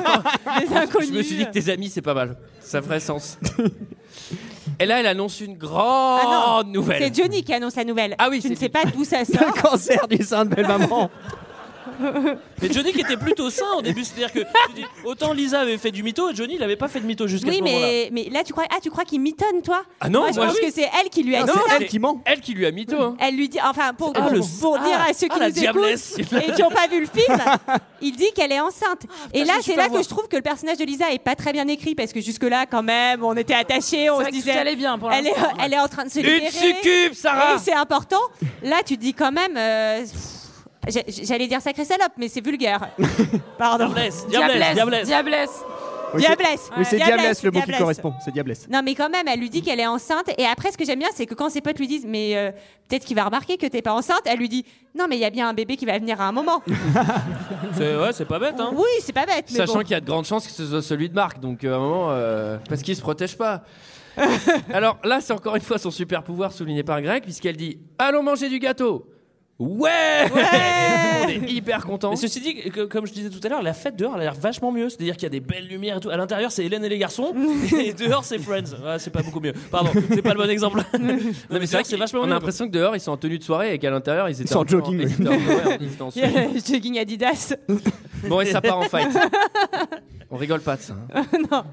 F: [LAUGHS] Les inconnus.
A: Je me suis dit que tes amis, c'est pas mal. Ça ferait sens. Et là, elle annonce une grande
F: Ah non,
A: nouvelle.
F: C'est Johnny qui annonce la nouvelle.
A: Ah oui,
F: Tu ne
A: c'est
F: sais pas d'où ça sort.
D: Le cancer du sein de belle maman.
C: Mais Johnny qui était plutôt sain au début, c'est-à-dire que tu dis, autant Lisa avait fait du mytho, Johnny il avait pas fait de mytho jusqu'à
F: Oui,
C: ce moment-là.
F: mais, mais là, tu crois, ah, tu crois qu'il mitonne, toi
A: Ah non,
F: Moi, je
A: moi, Ah,
F: pense
A: oui.
F: que c'est elle qui lui a dit
D: Non,
F: ça.
D: c'est elle qui ment.
A: Elle qui lui a mytho. Hein.
F: Elle lui dit, enfin, pour,
C: Ah,
F: pour-
C: le-
F: pour
C: ah,
F: dire à ceux qui
C: ah, la
F: nous
C: diablesse. [LAUGHS]
F: écoutent et qui n'ont pas vu le
D: [LAUGHS]
F: film, il dit qu'elle est enceinte. et là,
H: Ah, je suis
F: c'est
H: pas
F: là que
H: voir.
F: je trouve que le personnage de Lisa est pas très bien écrit parce que jusque-là, quand même, on était attachés, on se
H: C'est vrai que tout
F: disait.
H: allait bien pour
F: elle est,
H: l'instant.
F: elle est en train de se libérer.
A: Une succube,
F: Et
A: Sarah
F: c'est important. Là, tu te dis quand même. euh, pff, j'ai- J'allais dire sacré salope, mais c'est vulgaire. Pardon.
C: Diablesse, diablesse, diablesse.
H: diablesse, diablesse.
D: Oui, c'est-
F: Diablesse.
D: Oui, c'est diablesse le mot qui
F: diablesse.
D: correspond. C'est diablesse.
F: Non, mais quand même, elle lui dit qu'elle est enceinte. Et après, ce que j'aime bien, c'est que quand ses potes lui disent, mais euh, peut-être qu'il va remarquer que t'es pas enceinte, elle lui dit, non, mais il y a bien un bébé qui va venir à un moment.
C: C'est- Ouais, c'est pas bête, hein.
F: oui, c'est pas
H: [LAUGHS]
F: bête, mais
A: Sachant
F: bon.
A: qu'il y a de grandes chances que ce soit celui de Marc. Donc, euh, à un moment, euh, parce qu'il se protège
F: [LAUGHS]
A: pas. Alors là, c'est encore une fois son super pouvoir souligné par Greg, puisqu'elle dit Allons manger du gâteau Ouais,
C: Tout
A: le monde est hyper content.
C: Mais ceci dit, que- comme je disais tout à l'heure, la fête dehors elle a l'air vachement mieux. C'est-à-dire qu'il y a des belles lumières et tout. À l'intérieur, c'est Hélène et les [LAUGHS] garçons. et dehors, c'est Friends. Ouais, c'est pas beaucoup mieux. Pardon, c'est pas le bon exemple. [LAUGHS] non, mais
A: C'est vrai qu'on-
C: vachement
A: On a
C: mieux.
A: l'impression que dehors ils sont en tenue de soirée et qu'à l'intérieur ils étaient
D: sont en
A: un peu
D: jogging,
A: ils
D: oui.
A: étaient en- ouais, ils étaient en
F: [LAUGHS]
A: slip.
F: Jogging Adidas.
A: Bon et ça part en
F: [LAUGHS]
A: fight. On rigole pas de ça. hein.
F: non,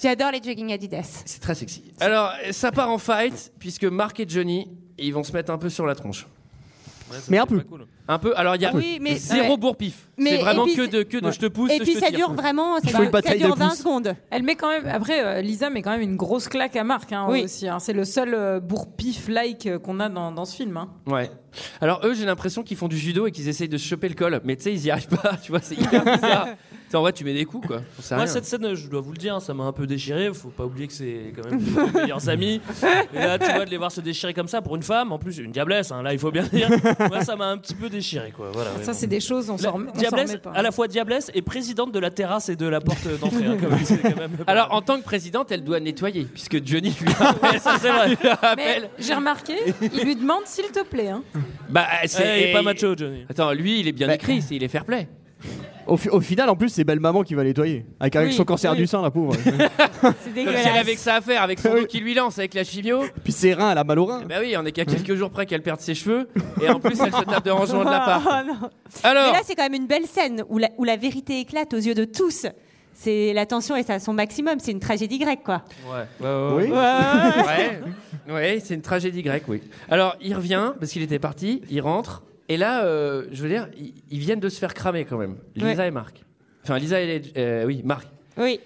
F: j'adore les jogging Adidas.
A: C'est très sexy. Alors ça part en fight puisque Marc et Johnny ils vont se mettre un peu sur la tronche.
D: Mais un peu.
A: Un peu. Alors il y a
F: Ah oui, mais-
A: zéro
F: ouais.
A: bourre-pif.
F: Mais-
A: C'est vraiment
F: et puis-
A: que de que de je te pousse.
F: Et puis
A: je te
F: ça
A: tire.
F: dure vraiment, ça
A: Il faut
F: dure-
A: une bataille
F: ça dure
A: de
F: 20
A: pouces.
F: secondes.
H: Elle met quand même. Après, euh, Lisa met quand même une grosse claque à Marc hein,
F: Oui.
H: aussi. hein. C'est le seul euh, bourre-pif like euh, qu'on a dans, dans ce film. hein.
A: Ouais. Alors eux, j'ai l'impression qu'ils font du judo et qu'ils essayent de se choper le col, mais tu sais, ils y arrivent pas. [LAUGHS] Tu vois, c'est hyper bizarre.
F: [LAUGHS]
A: Tu sais, en vrai, tu mets des coups, quoi. On sait
C: Moi,
A: rien.
C: cette scène, je dois vous le dire, ça m'a un peu déchiré. Faut pas oublier que c'est quand même mes [LAUGHS] meilleurs amis. Et là, tu vois, de les voir se déchirer comme ça pour une femme, en plus, une diablesse, hein, là, il faut bien dire. Moi, ça m'a un petit peu déchiré, quoi. Voilà, ouais,
H: Ça,
C: bon.
H: c'est des choses, on s'en rem- on s'en
C: Diablesse,
H: remet pas. hein.
C: à la fois diablesse et présidente de la terrasse et de la porte d'entrée. hein, quand
A: [LAUGHS]
C: même, c'est quand même-
A: Alors, en tant que présidente, elle doit nettoyer, puisque Johnny
F: [LAUGHS]
A: lui rappelle.
C: Ça, c'est vrai.
A: lui rappelle.
H: Mais
A: [LAUGHS]
H: j'ai remarqué, il lui demande s'il te plaît. hein.
A: Bah,
C: Eh,
A: c'est
C: il est pas macho, Johnny.
A: Attends, lui, il est bien
F: Bah.
A: écrit, c'est- il est fair play.
D: Au, fi- au final, en plus, c'est belle maman qui va nettoyer. Avec, avec
A: Oui,
D: son cancer
A: oui.
D: du sein, la pauvre.
F: C'est
A: Comme si elle avait que ça à faire, avec son dos qui lui lance, avec la chimio.
D: Puis ses reins, elle a mal aux reins.
A: Bah oui, on est qu'à quelques jours près qu'elle perde ses cheveux, et en plus, elle se tape de rangement de l'appart.
F: Ah, non.
A: Alors.
F: Mais là, c'est quand même une belle scène où la, où la vérité éclate aux yeux de tous. C'est la tension est à son maximum. C'est une tragédie grecque, quoi.
A: Ouais.
D: Oui.
A: Ouais. Ouais, c'est une tragédie grecque, oui. Alors, il revient, parce qu'il était parti, il rentre, et là, euh, je veux dire, ils, ils viennent de se faire cramer quand même. Lisa
F: Ouais.
A: et Marc. Enfin, Lisa et. euh, oui, Marc.
F: Oui.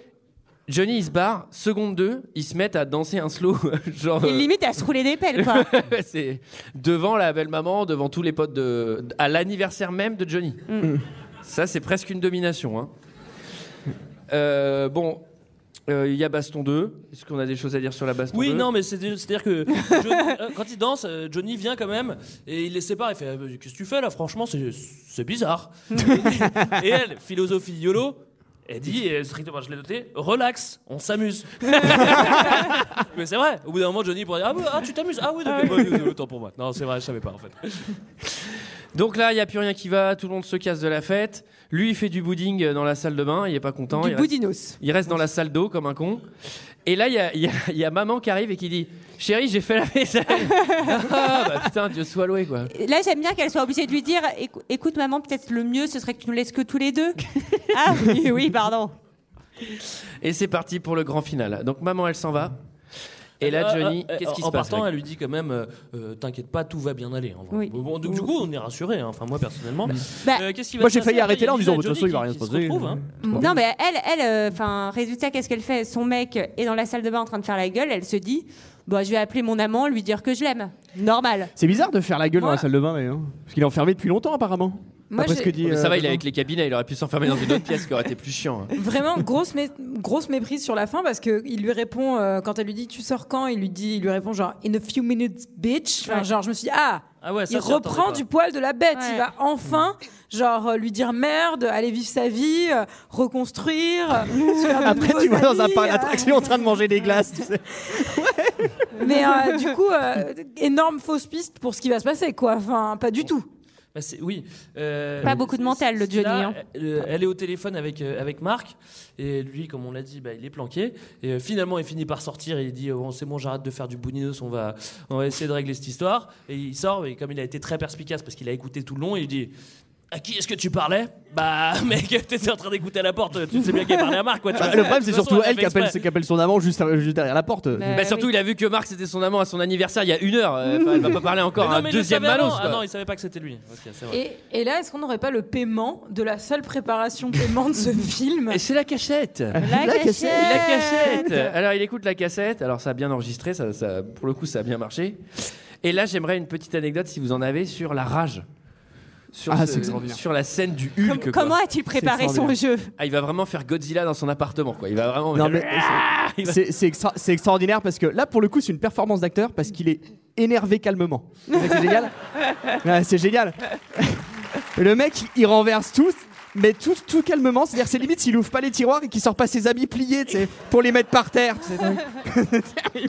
A: Johnny, il se barre, seconde 2, ils se mettent à danser un slow, [LAUGHS] genre.
F: Et
A: euh,
F: limite à se rouler des pelles, quoi.
A: c'est devant la belle maman, devant tous les potes de, à l'anniversaire même de Johnny. Ça, c'est presque une domination. hein. Euh, bon, euh, il y a Baston 2. Est-ce qu'on a des choses à dire sur la Baston
C: Oui,
A: 2
C: non, mais c'est- c'est-à-dire que Johnny- euh, quand ils dansent, euh, Johnny vient quand même et il les sépare. Il fait Ah, bah, Qu'est-ce que tu fais là Franchement, c'est c'est
H: [LAUGHS]
C: bizarre. et elle, philosophie YOLO, elle dit euh, strictement, je l'ai noté, relax, on
H: [LAUGHS]
C: s'amuse. mais c'est vrai, au bout d'un moment, Johnny pourrait dire Ah, bah, ah, tu t'amuses Ah oui, d'accord, bah, euh, autant pour moi. Non, c'est vrai, je savais pas en fait.
A: Donc là, il n'y a plus rien qui va, tout le monde se casse de la fête. Lui, il fait du pudding euh, dans la salle de bain, il est pas content.
F: Du
A: il, reste,
F: boudinos.
A: il reste dans la salle d'eau comme un con. Et là, il y a, il y a- il y a maman qui arrive et qui dit Chérie, j'ai fait la vaisselle. [LAUGHS] ah, bah putain, Dieu soit loué, quoi.
F: Là, j'aime bien qu'elle soit obligée de lui dire Écou- Écoute, maman, peut-être le mieux, ce serait que tu nous laisses que tous les deux. ah oui, oui, pardon.
A: Et c'est parti pour le grand final. Donc maman, elle s'en va. Et là,
C: Ah,
A: Johnny,
C: ah, ah,
A: qu'est-ce qui
C: en
A: se passe
C: partant,
A: là
C: elle lui dit quand même euh, Euh, T'inquiète pas, tout va bien aller. en vrai.
F: Oui.
C: Bon, donc, du coup, on est rassuré, hein. enfin, moi personnellement.
F: Bah,
C: Euh, qu'est-ce qui va
D: Moi,
C: se
D: j'ai
C: passer
D: failli
C: après
D: arrêter là en
C: Il y a
D: disant, de toute
C: Johnny
D: façon, il va
C: qui-
D: rien
C: qui
D: se passer.
C: retrouve, hein.
F: Non, mais elle, elle, enfin, résultat, qu'est-ce qu'elle fait Son mec est dans la salle de bain en train de faire la gueule. Elle se dit Bon, je vais appeler mon amant, lui dire que je l'aime. Normal.
D: C'est bizarre de faire la gueule dans
H: Moi-
D: la salle de bain, d'ailleurs. Parce qu'il est enfermé depuis longtemps, apparemment.
H: Moi,
D: Après ce
H: j'ai-
D: que dit,
A: Oh, mais Ça
D: euh,
A: va, il est
D: Vincent.
A: avec les cabinets, il aurait pu s'enfermer dans une autre pièce qui aurait été plus chiant. hein.
H: [LAUGHS] Vraiment grosse, mé- grosse méprise sur la fin parce que il lui répond euh, quand elle lui dit tu sors quand il lui dit il lui répond genre in a few minutes bitch Enfin, genre je me suis dit, ah
C: Ah ouais, ça,
H: il
C: j'y attendais
H: reprend
C: pas.
H: du poil de la bête
F: Ouais.
H: il va enfin genre euh, lui dire merde aller vivre sa vie euh, reconstruire euh, se faire de
D: [LAUGHS] Après, tu
H: nouveaux
D: vois dans un
H: amis,
D: parc
H: euh.
D: d'attraction en train de manger des glaces,
A: [LAUGHS]
D: tu sais.
H: mais euh, du coup euh, énorme fausse piste pour ce qui va se passer quoi enfin pas du tout
C: Bah, c'est- oui. euh,
F: Pas beaucoup de mental, le
C: c'est- là,
F: Johnny, hein.
C: euh, elle est au téléphone avec, euh, avec Marc. Et lui, comme on l'a dit, bah, il est planqué. Et euh, finalement, il finit par sortir. Et il dit euh, Bon, C'est bon, j'arrête de faire du bouninos. On va, on va essayer de régler cette histoire. Et il sort. Et comme il a été très perspicace parce qu'il a écouté tout le long, il dit. À qui est-ce que tu parlais Bah, [LAUGHS] mec, t'étais en train d'écouter à la porte, tu sais bien qu'elle parlait à Marc, quoi. tu vois.
D: Bah, Le problème,
C: De
D: c'est
C: toute
D: surtout
C: façon,
D: elle
C: fait
D: qui appelle,
C: exprès.
D: qui appelle son amant juste, à- juste derrière la porte.
F: Mais-
A: Bah, surtout,
F: Euh, oui.
A: il a vu que Marc c'était son amant à son anniversaire il y a une heure. euh, enfin, elle va pas parler encore
C: Mais
A: à
C: [LAUGHS] non,
A: un
C: mais il le
A: deuxième
C: savait avant.
A: malos.
C: Ah
A: quoi.
C: non, il savait pas que c'était lui. Ok, c'est vrai.
H: et, et là est-ce qu'on n'aurait pas le paiement de la seule [LAUGHS] préparation paiement de ce film
A: Et c'est la cachette.
F: La,
D: cassette.
A: La cachette. Alors il écoute la cassette. Alors ça a bien enregistré, ça, ça- pour le coup ça a bien marché. Et là j'aimerais une petite anecdote si vous en avez sur la rage. Sur,
D: Ah,
A: ce-
D: c'est extraordinaire.
A: sur la scène du Hulk. quoi.
F: Comment a-t-il préparé son jeu
A: Ah, il va vraiment faire Godzilla dans son appartement quoi. Il va vraiment. Ah
D: Non, mais c'est- c'est- c'est extra- c'est extraordinaire parce que là, pour le coup, c'est une performance d'acteur parce qu'il est énervé calmement.
A: [LAUGHS]
D: C'est génial. Ouais, c'est génial. Le mec, il renverse tout, mais tout, tout calmement. C'est-à-dire, c'est limite s'il ouvre pas les tiroirs et qu'il sort pas ses habits pliés tu sais, pour les mettre par terre. tu sais.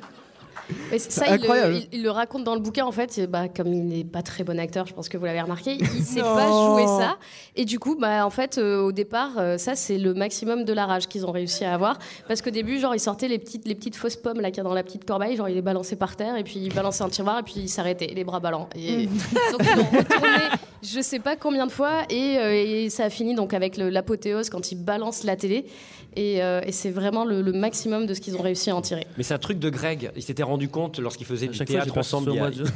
I: Mais c- ça, il
D: C'est
I: le,
D: incroyable.
I: il- il le raconte dans le bouquin, en fait. Et Bah, comme il n'est pas très bon acteur, je pense que vous l'avez remarqué,
D: [LAUGHS]
I: il sait pas
L: Non.
I: jouer ça. Et du coup, bah, en fait, euh, au départ, euh, ça, c'est le maximum de la rage qu'ils ont réussi à avoir. Parce qu'au début, genre, il sortait les petites, les petites fausses pommes là, qu'il y a dans la petite corbeille, genre, il les balançait par terre, et puis il balançait un tiroir, et puis il s'arrêtait, les bras ballants.
D: Mm.
I: Et... [LAUGHS] donc, ils l'ont retourné, je sais pas combien de fois, et, euh, et ça a fini donc avec le- l'apothéose quand il balance la télé. Et, euh, et c'est vraiment le- le maximum de ce qu'ils ont réussi à en tirer.
B: Mais c'est un truc de Greg. Il s'était rendu compte lorsqu'il faisait du
C: chaque fois,
B: théâtre
C: j'ai peur
B: ensemble.
C: que
B: Il y,
C: ce
B: a...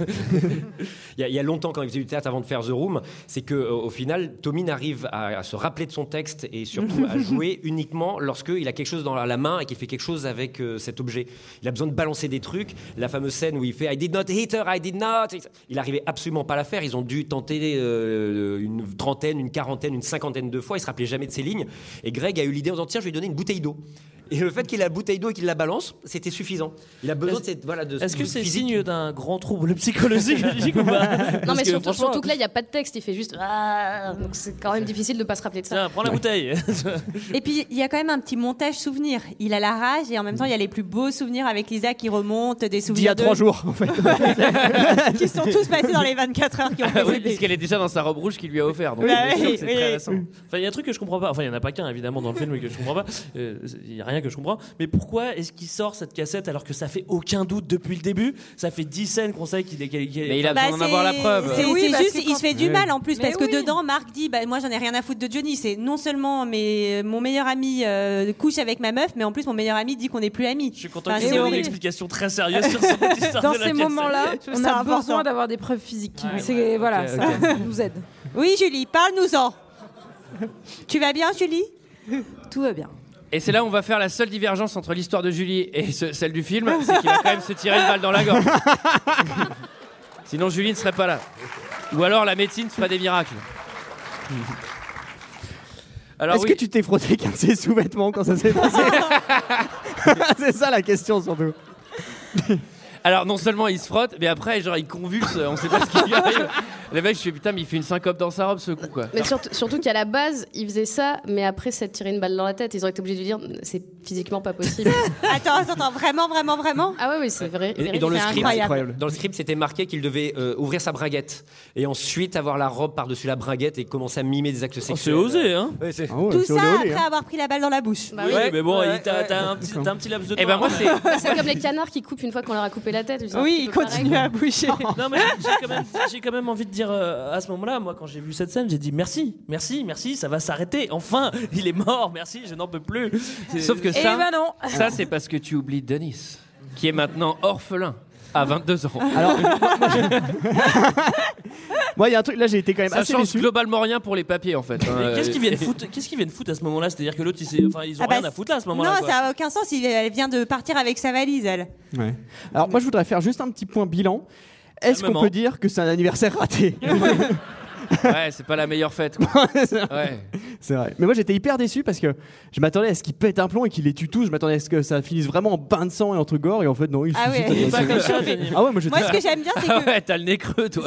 B: il y a- il y a longtemps, quand il faisait du théâtre avant de faire The Room, c'est que euh, au final, Tommy n'arrive à, à se rappeler de son texte et surtout à jouer uniquement lorsqu'il a quelque chose dans la la main et qu'il fait quelque chose avec euh, cet objet. Il a besoin de balancer des trucs. La fameuse scène où il fait I did not hit her, I did not. hit her Il arrivait absolument pas à la faire. Ils ont dû tenter euh, une trentaine, une quarantaine, une cinquantaine de fois. Il se rappelait jamais de ses lignes. Et Greg a eu l'idée en disant tiens, je vais lui donner une bouteille d'eau. Et le fait qu'il a la bouteille d'eau et qu'il la balance, c'était suffisant. Il a besoin de cette voilà de.
C: Est-ce que c'est signe d'un grand trouble psychologique
B: psychologique
C: ou pas
I: Non,
C: Parce
I: mais
C: que
I: surtout,
C: franchement,
I: surtout que là, il n'y a pas de texte, il fait juste. Ah Donc c'est quand même difficile de pas se rappeler de ça.
C: Tiens, prends la [LAUGHS] bouteille.
F: Et puis il y a quand même un petit montage souvenir. Il a la rage et en même temps il y a les plus beaux souvenirs avec Lisa qui remontent des souvenirs.
D: D'il y a
F: de-
D: trois jours, en fait.
F: qui sont tous passés dans les 24 heures qui ont
A: Ah oui,
F: précédé.
A: puisqu'elle est déjà dans sa robe rouge qu'il lui a offert. Donc
C: Oui,
A: bien
C: bien
A: sûr
C: sûr
A: que
C: que
A: c'est très récent.
C: Enfin, il y a un truc que je comprends pas. Enfin, il y en a pas qu'un évidemment dans le film que je comprends pas. Euh, Il y a rien que je comprends. Mais pourquoi est-ce qu'il sort cette cassette alors que ça fait aucun doute depuis le début Ça fait 10 scènes qu'on sait qu'il est.
A: Mais il a besoin d'en avoir la preuve.
F: C'est
H: Oui,
F: c'est
H: parce
F: juste,
H: que
F: il se
H: quand-
F: fait du
A: Oui.
F: mal hein. en plus
H: Mais
F: parce que dedans, Marc dit, bah, moi j'en ai rien à foutre de Johnny. C'est non seulement mais mon meilleur ami euh, couche avec ma meuf, mais en plus mon meilleur ami dit qu'on n'est plus amis.
C: Je suis content
F: Enfin,
C: qu'il
F: c'est
C: y ait une
F: horrible.
C: explication très sérieuse sur
H: [LAUGHS]
C: cette histoire
H: Bah, Dans
C: de la
H: ces
C: cassette.
H: moments-là,
F: Je trouve
H: on
F: ça
H: a
F: important.
H: besoin d'avoir des preuves physiques.
F: Ouais,
H: C'est- voilà,
F: ok,
H: ça,
F: ok.
H: ça nous aide.
F: Oui, Julie, parle-nous-en. tu vas bien, Julie
H: Tout va bien.
A: Et c'est là où on va faire la seule divergence entre l'histoire de Julie et ce- celle du film, c'est qu'il va quand même se tirer une balle dans la [LAUGHS] gorge. Sinon, Julie ne serait pas là. Ou alors la médecine ferait des miracles. Alors
D: Est-ce
A: oui.
D: que tu t'es frotté qu'un de ses sous-vêtements quand ça
F: [LAUGHS]
D: s'est passé [LAUGHS] C'est ça la question surtout.
A: Alors non seulement il se frotte, mais après genre il convulse, on sait pas ce qui lui [LAUGHS] arrive. Le mec, je suis putain, mais il fait une syncope dans sa robe ce coup quoi.
I: Mais surtout, surtout qu'à la base, ils faisaient ça, mais après, ça te tirait une balle dans la tête. Ils ont été obligés de dire c'est physiquement pas possible.
F: attends, attends, attends, vraiment, vraiment, vraiment
I: Ah ouais, oui, c'est vrai.
B: Et, et dans, le script, dans le script, c'était marqué qu'il devait euh, ouvrir sa braguette et ensuite avoir la robe par-dessus la braguette et commencer à mimer des
A: Oh,
B: actes sexuels.
C: c'est osé, hein
B: Ouais,
D: Ah
B: c'est-
F: Tout ça
D: hein.
F: après avoir pris la balle dans la bouche.
C: Oui, mais bon, il- t'as t'as un, petit- t'as un petit laps de temps.
A: Eh ben, moi,
C: hein,
A: c'est-
C: mais-
I: Bah C'est comme les canards qui coupent une fois qu'on leur a coupé la tête.
F: Oui, ils continuent à boucher.
C: Non, mais j'ai- j'ai quand, même- j'ai quand même envie de dire euh, à ce moment-là, moi, quand j'ai vu cette scène, j'ai dit merci, merci, merci, ça va s'arrêter. Enfin, il est mort, merci, je n'en peux plus. C'est-
A: Sauf que
C: Eh
A: ça,
C: ben non.
A: ça c'est parce que tu oublies Denis, qui est maintenant orphelin à 22
C: Ah,
A: ans.
D: Alors, Moi, il y a un truc, là j'ai été quand même
A: ça
D: assez
A: ben, change
D: déçu.
A: globalement rien pour les papiers en fait. hein.
C: Mais Qu'est-ce [LAUGHS] qu'ils viennent foutre Qu'est-ce qu'ils viennent foutre à ce moment-là C'est-à-dire que l'autre, il s'est- enfin, ils ont
F: Ah bah,
C: rien à foutre là à ce
F: Non,
C: moment-là. quoi.
F: ça n'a aucun sens. il- Elle vient de partir avec sa valise, elle.
D: Ouais. Alors moi je voudrais faire juste un petit point bilan. Est-ce qu'on
A: Calmement.
D: peut dire que c'est un anniversaire
C: [LAUGHS]
D: raté [LAUGHS]
A: Ouais, c'est pas la meilleure fête. quoi. ouais.
D: C'est vrai. Mais moi j'étais hyper déçu parce que je m'attendais à ce qu'il pète un plomb et qu'il les tue tous. Je m'attendais à ce que ça finisse vraiment en bain de sang et entre gore et en fait non, il
F: Ah
D: se
F: ouais. Il
D: suicide. [LAUGHS]
F: est pas comme ça,
A: Denis.
D: Ah ouais, moi j'étais-
F: Moi, ce que [LAUGHS] j'aime bien, c'est
A: Ah
F: que
A: ouais, t'as le nez creux
C: [LAUGHS]
A: toi. [LAUGHS]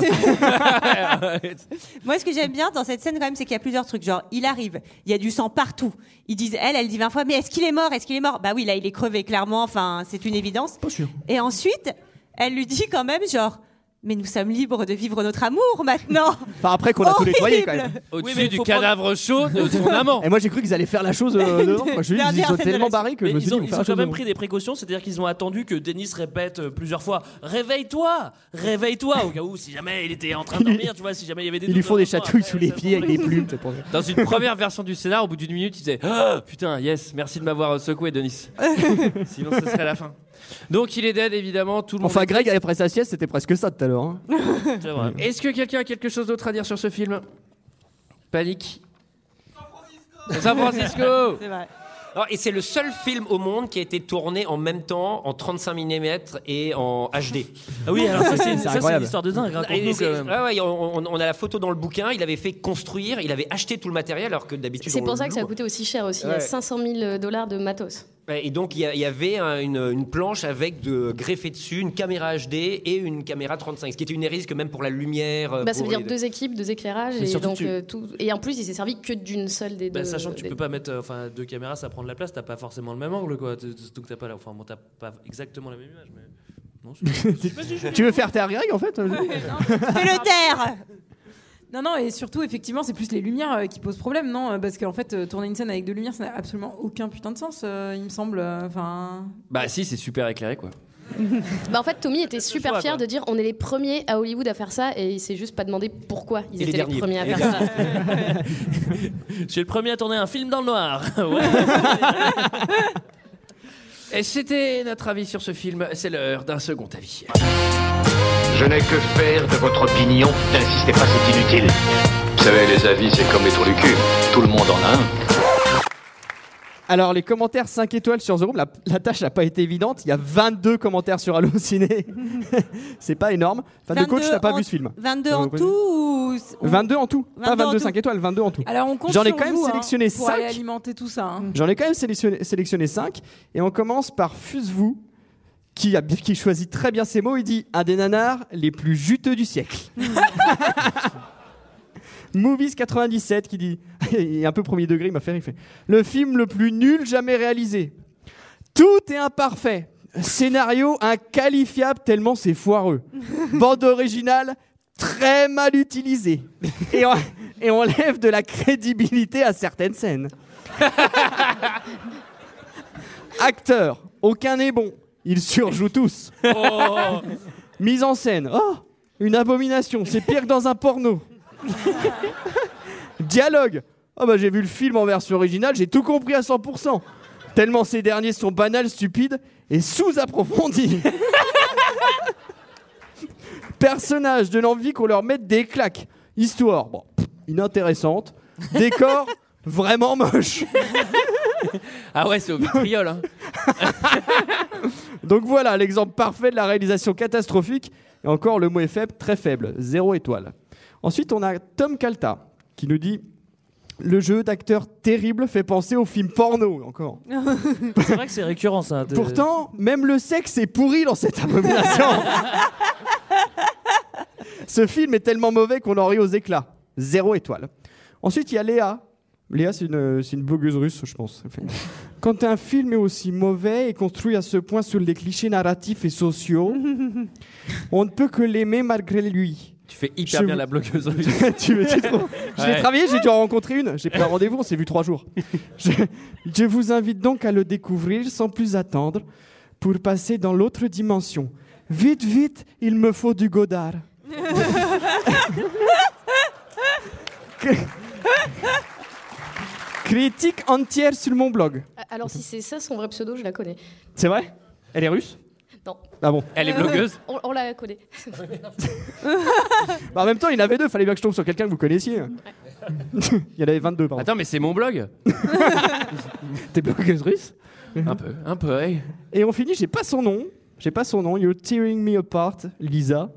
F: Moi, ce que j'aime bien dans cette scène, quand même, c'est qu'il y a plusieurs trucs. Genre, il arrive, il y a du sang partout. Ils disent, elle, elle dit 20 fois, mais est-ce qu'il est mort Est-ce qu'il est mort Bah oui, là, il est crevé, clairement. Enfin, c'est une évidence. Et ensuite, elle lui dit quand même, genre, mais nous sommes libres de vivre notre amour maintenant.
D: Enfin après qu'on a tout
F: Horrible.
D: nettoyé quand même.
A: Au-dessus
C: mais
A: du
C: faut
A: cadavre chaud de son amant.
D: Et moi j'ai cru qu'ils allaient faire la chose
F: [LAUGHS]
D: euh, dehors. quoi. Je me suis dit, ils
F: Dernière
D: sont
F: scène de
D: tellement
F: la-
D: barrés que
C: Mais
D: je me suis
C: ils
D: dit
C: ont,
D: ils vont
C: ils ont
D: faire la
C: quand
D: chose
C: même
D: dehors.
C: pris des précautions, c'est-à-dire qu'ils ont attendu que Denis répète euh, plusieurs fois Réveille-toi Réveille-toi Au cas où, si jamais il était en train de dormir, tu vois, si jamais il y avait des
D: Ils lui
C: doutes,
D: font des
C: euh,
D: chatouilles
C: après,
D: sous les
C: ça
D: pieds avec des plumes. c'est pour ça.
A: Dans une première version du scénar, au bout d'une minute, il disait Ah, Putain, yes, merci de m'avoir euh, secoué, Denis. Sinon, ce serait la fin. Donc, il est dead, évidemment. Tout le monde
D: Enfin
A: est-
D: Greg après sa sieste c'était presque ça tout
F: [LAUGHS]
D: à l'heure. hein.
C: C'est [LAUGHS] vrai.
A: Est-ce que quelqu'un a quelque chose d'autre à dire sur ce film Panique. San Francisco
F: C'est vrai.
B: Alors, et c'est le seul film au monde qui a été tourné en même temps en 35 mm et en HD.
C: Ah oui, alors ça, c'est ça, c'est une
D: incroyable.
C: histoire de dingue, hein,
B: Et
C: raconte-nous
B: c'est-
C: quand même.
B: ouais, ouais, on, on- on a la photo dans le bouquin. Il avait fait construire, il avait acheté tout le matériel alors que d'habitude.
I: C'est
B: on
I: pour
B: le
I: ça que ça a
B: loue.
I: coûté aussi cher aussi. Il y
B: Ouais.
I: a 500 000 dollars de matos.
B: Ouais, Et donc il y, a- il y avait un- une, une planche avec de greffé dessus une caméra HD et une caméra 35, ce qui était une risque même pour la lumière. euh,
I: Bah, ça
B: pour
I: veut dire
B: les-
I: deux équipes, deux éclairages.
C: Mais
I: Et,
C: surtout,
I: donc,
C: tu-
I: euh, tout... et en plus, il s'est servi que d'une seule des deux.
C: Bah, sachant que tu
I: des-
C: peux pas mettre euh, enfin deux caméras, ça prend de la place, t'as pas forcément le même angle quoi. T- t- Donc t'as pas, la- enfin, bon, t'as pas exactement la même image. Mais...
D: tu veux faire taire Greg en fait euh,
H: Fais-le taire [LAUGHS] Non, non, et surtout, effectivement, c'est plus les lumières euh, qui posent problème, non Parce qu'en fait, euh, tourner une scène avec de lumières, ça n'a absolument aucun putain de sens, euh, il me semble. euh, Enfin.
A: Bah si, c'est super éclairé quoi.
I: Bah, en fait, Tommy était super
A: choix,
I: fier
A: quoi.
I: de dire on est les premiers à Hollywood à faire ça et il s'est juste pas demandé pourquoi ils
C: Et les
I: étaient les,
C: derniers.
I: premiers à
C: Et
I: faire
C: les
I: ça.
C: Je suis le premier à tourner un film dans le noir. [LAUGHS] Ouais.
A: [LAUGHS] Et c'était notre avis sur ce film. C'est l'heure d'un second avis.
L: Je n'ai que faire de votre opinion. N'insistez pas, c'est inutile. Vous savez, les avis, c'est comme les trous du cul. Tout le monde en a un.
D: Alors, les commentaires 5 étoiles sur The Room, la, la tâche n'a pas été évidente. Il y a 22 commentaires sur Allociné. [LAUGHS] c'est pas énorme. Fan de coach,
F: 22
D: t'as pas
F: en-
D: vu ce film.
F: 22 en tout ou... ou-
D: 22 en tout, pas
F: 22 en
D: 22
F: tout.
D: 5 étoiles, 22 en tout.
H: Alors, on compte
D: J'en ai
H: sur
D: quand même
H: vous, hein,
D: sélectionné
H: pour
D: 5.
H: aller alimenter tout ça. hein.
D: Mmh. J'en ai quand même sélectionné, sélectionné 5 et on commence par Fusevou qui, a, bi- qui choisit très bien ses mots. Il dit un des nanars les plus juteux du siècle. [LAUGHS] Movies 97 qui dit [LAUGHS] il est un peu premier degré, il m'a fait rire, il fait le film le plus nul jamais réalisé. Tout est imparfait. Scénario inqualifiable tellement c'est foireux. Bande originale très mal utilisée. Et on, et on lève de la crédibilité à certaines scènes. Acteur, aucun n'est bon. Ils surjouent tous.
M: Oh.
D: Mise en scène, oh, une abomination, c'est pire que dans un porno. Dialogue, oh bah j'ai vu le film en version originale, j'ai tout compris à 100%. Tellement ces derniers sont banals, stupides et sous-approfondis. Personnages, de l'envie qu'on leur mette des claques. Histoire, bon, pff, inintéressante. Décor, vraiment moche.
A: Ah ouais, c'est au vitriol. Hein.
D: Donc voilà l'exemple parfait de la réalisation catastrophique. Et encore, le mot est faible, très faible, zéro étoile. Ensuite, on a Tom Calta qui nous dit Le jeu d'acteur terrible fait penser au film porno. Encore.
C: c'est vrai que c'est récurrent [LAUGHS] ça. de-
D: Pourtant, même le sexe est pourri dans cette abomination. Ce film est tellement mauvais qu'on en rit aux éclats. Zéro étoile. Ensuite, il y a Léa. Léa, c'est une, c'est une blogueuse russe, je pense. Quand un film est aussi mauvais et construit à ce point sur les clichés narratifs et sociaux, on ne peut que l'aimer malgré lui.
A: [LAUGHS] Tu fais hyper
D: Je
A: bien
D: vous-
A: la
C: [LAUGHS]
A: blogueuse.
D: [LAUGHS] tu me dis trop. Je l'ai
A: Ouais.
D: travaillé, j'ai dû en rencontrer une. J'ai pris un rendez-vous, on s'est vu trois [LAUGHS] jours. Je, je vous invite donc à le découvrir sans plus attendre pour passer dans l'autre dimension. Vite, vite, il me faut du Godard. Critique entière sur mon blog.
I: [LAUGHS] Alors si c'est ça son vrai pseudo, je la connais.
D: C'est vrai Elle est russe
I: Non.
D: Ah bon
I: on, on la connaît.
D: Bah, En même temps, il y en avait deux, fallait bien que je tombe sur quelqu'un que vous connaissiez. [LAUGHS] il y en avait 22,
A: [LAUGHS]
D: pardon.
A: Attends, mais c'est mon blog
D: T'es blogueuse russe
A: Un peu, un peu, ouais.
D: Et on finit, j'ai pas son nom, j'ai pas son nom, You're Tearing Me Apart, Lisa.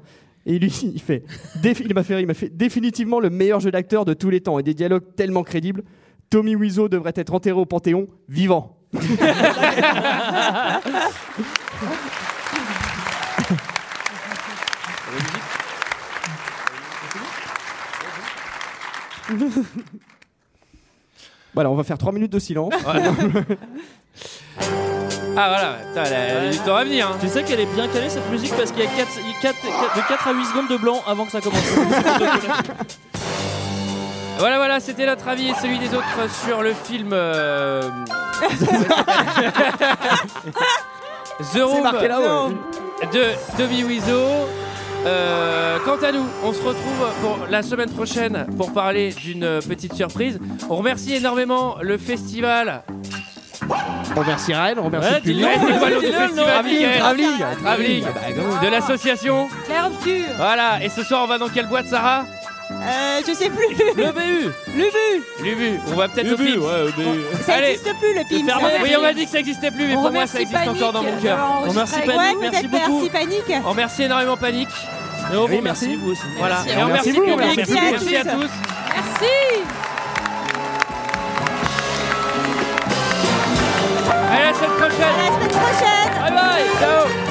D: Et lui, [LAUGHS] il fait, défi- il m'a fait, rire, il m'a fait définitivement le meilleur jeu d'acteur de tous les temps et des dialogues tellement crédibles. Tommy Wiseau devrait être enterré au Panthéon, vivant. [LAUGHS] voilà, on va faire 3 minutes de silence.
A: Ah voilà, putain, elle a- elle a du temps à venir. hein.
C: Tu sais qu'elle est bien calée cette musique parce qu'il y a 4, de 4 à 8 secondes de blanc avant que ça commence.
A: Voilà, voilà, c'était notre avis et celui des autres sur le film.
C: [LAUGHS]
A: euh, [LAUGHS] The Room
D: marqué là-haut,
A: de Tommy Wiseau. Euh, quant à nous, on se retrouve pour la semaine prochaine pour parler d'une petite surprise. On remercie énormément le festival.
D: On remercie Rennes, on remercie
A: Ouais,
D: le public.
A: dis-le, c'est quoi le nom du festival,
D: Travelling,
A: Mickaël
D: Travelling.
A: Travelling. de l'association.
H: Claire obscure
A: Voilà, et ce soir on va dans quelle boîte, Sarah
F: Euh, je sais plus.
A: Le BU
H: L'UBU
A: L'UBU, on va peut-être au
C: Ubu,
A: PIMS.
C: ouais, Ubu.
F: Ça
A: Allez.
F: n'existe plus le PIMS.
A: fermé. Oui, on m'a dit que ça n'existait plus, mais
F: On
A: pour moi ça
F: remercie
A: existe encore dans mon
F: Panique
A: cœur.
F: d'avoir
A: On remercie
F: enregistré
A: Panique,
F: avec nous. Ouais,
A: merci
F: peut-être
A: beaucoup.
F: merci Panique.
A: On remercie énormément Panique. Et on
C: Oui,
A: vous remercie
C: merci.
A: vous aussi.
C: Merci.
A: Voilà.
C: Et
A: Et on
C: on
A: remercie
C: remercie vous,
A: public.
C: on remercie
A: Merci,
C: vous.
A: à tous.
H: Merci
A: À la semaine prochaine.
F: À la semaine
A: Bye
F: prochaine.
A: bye. Ciao.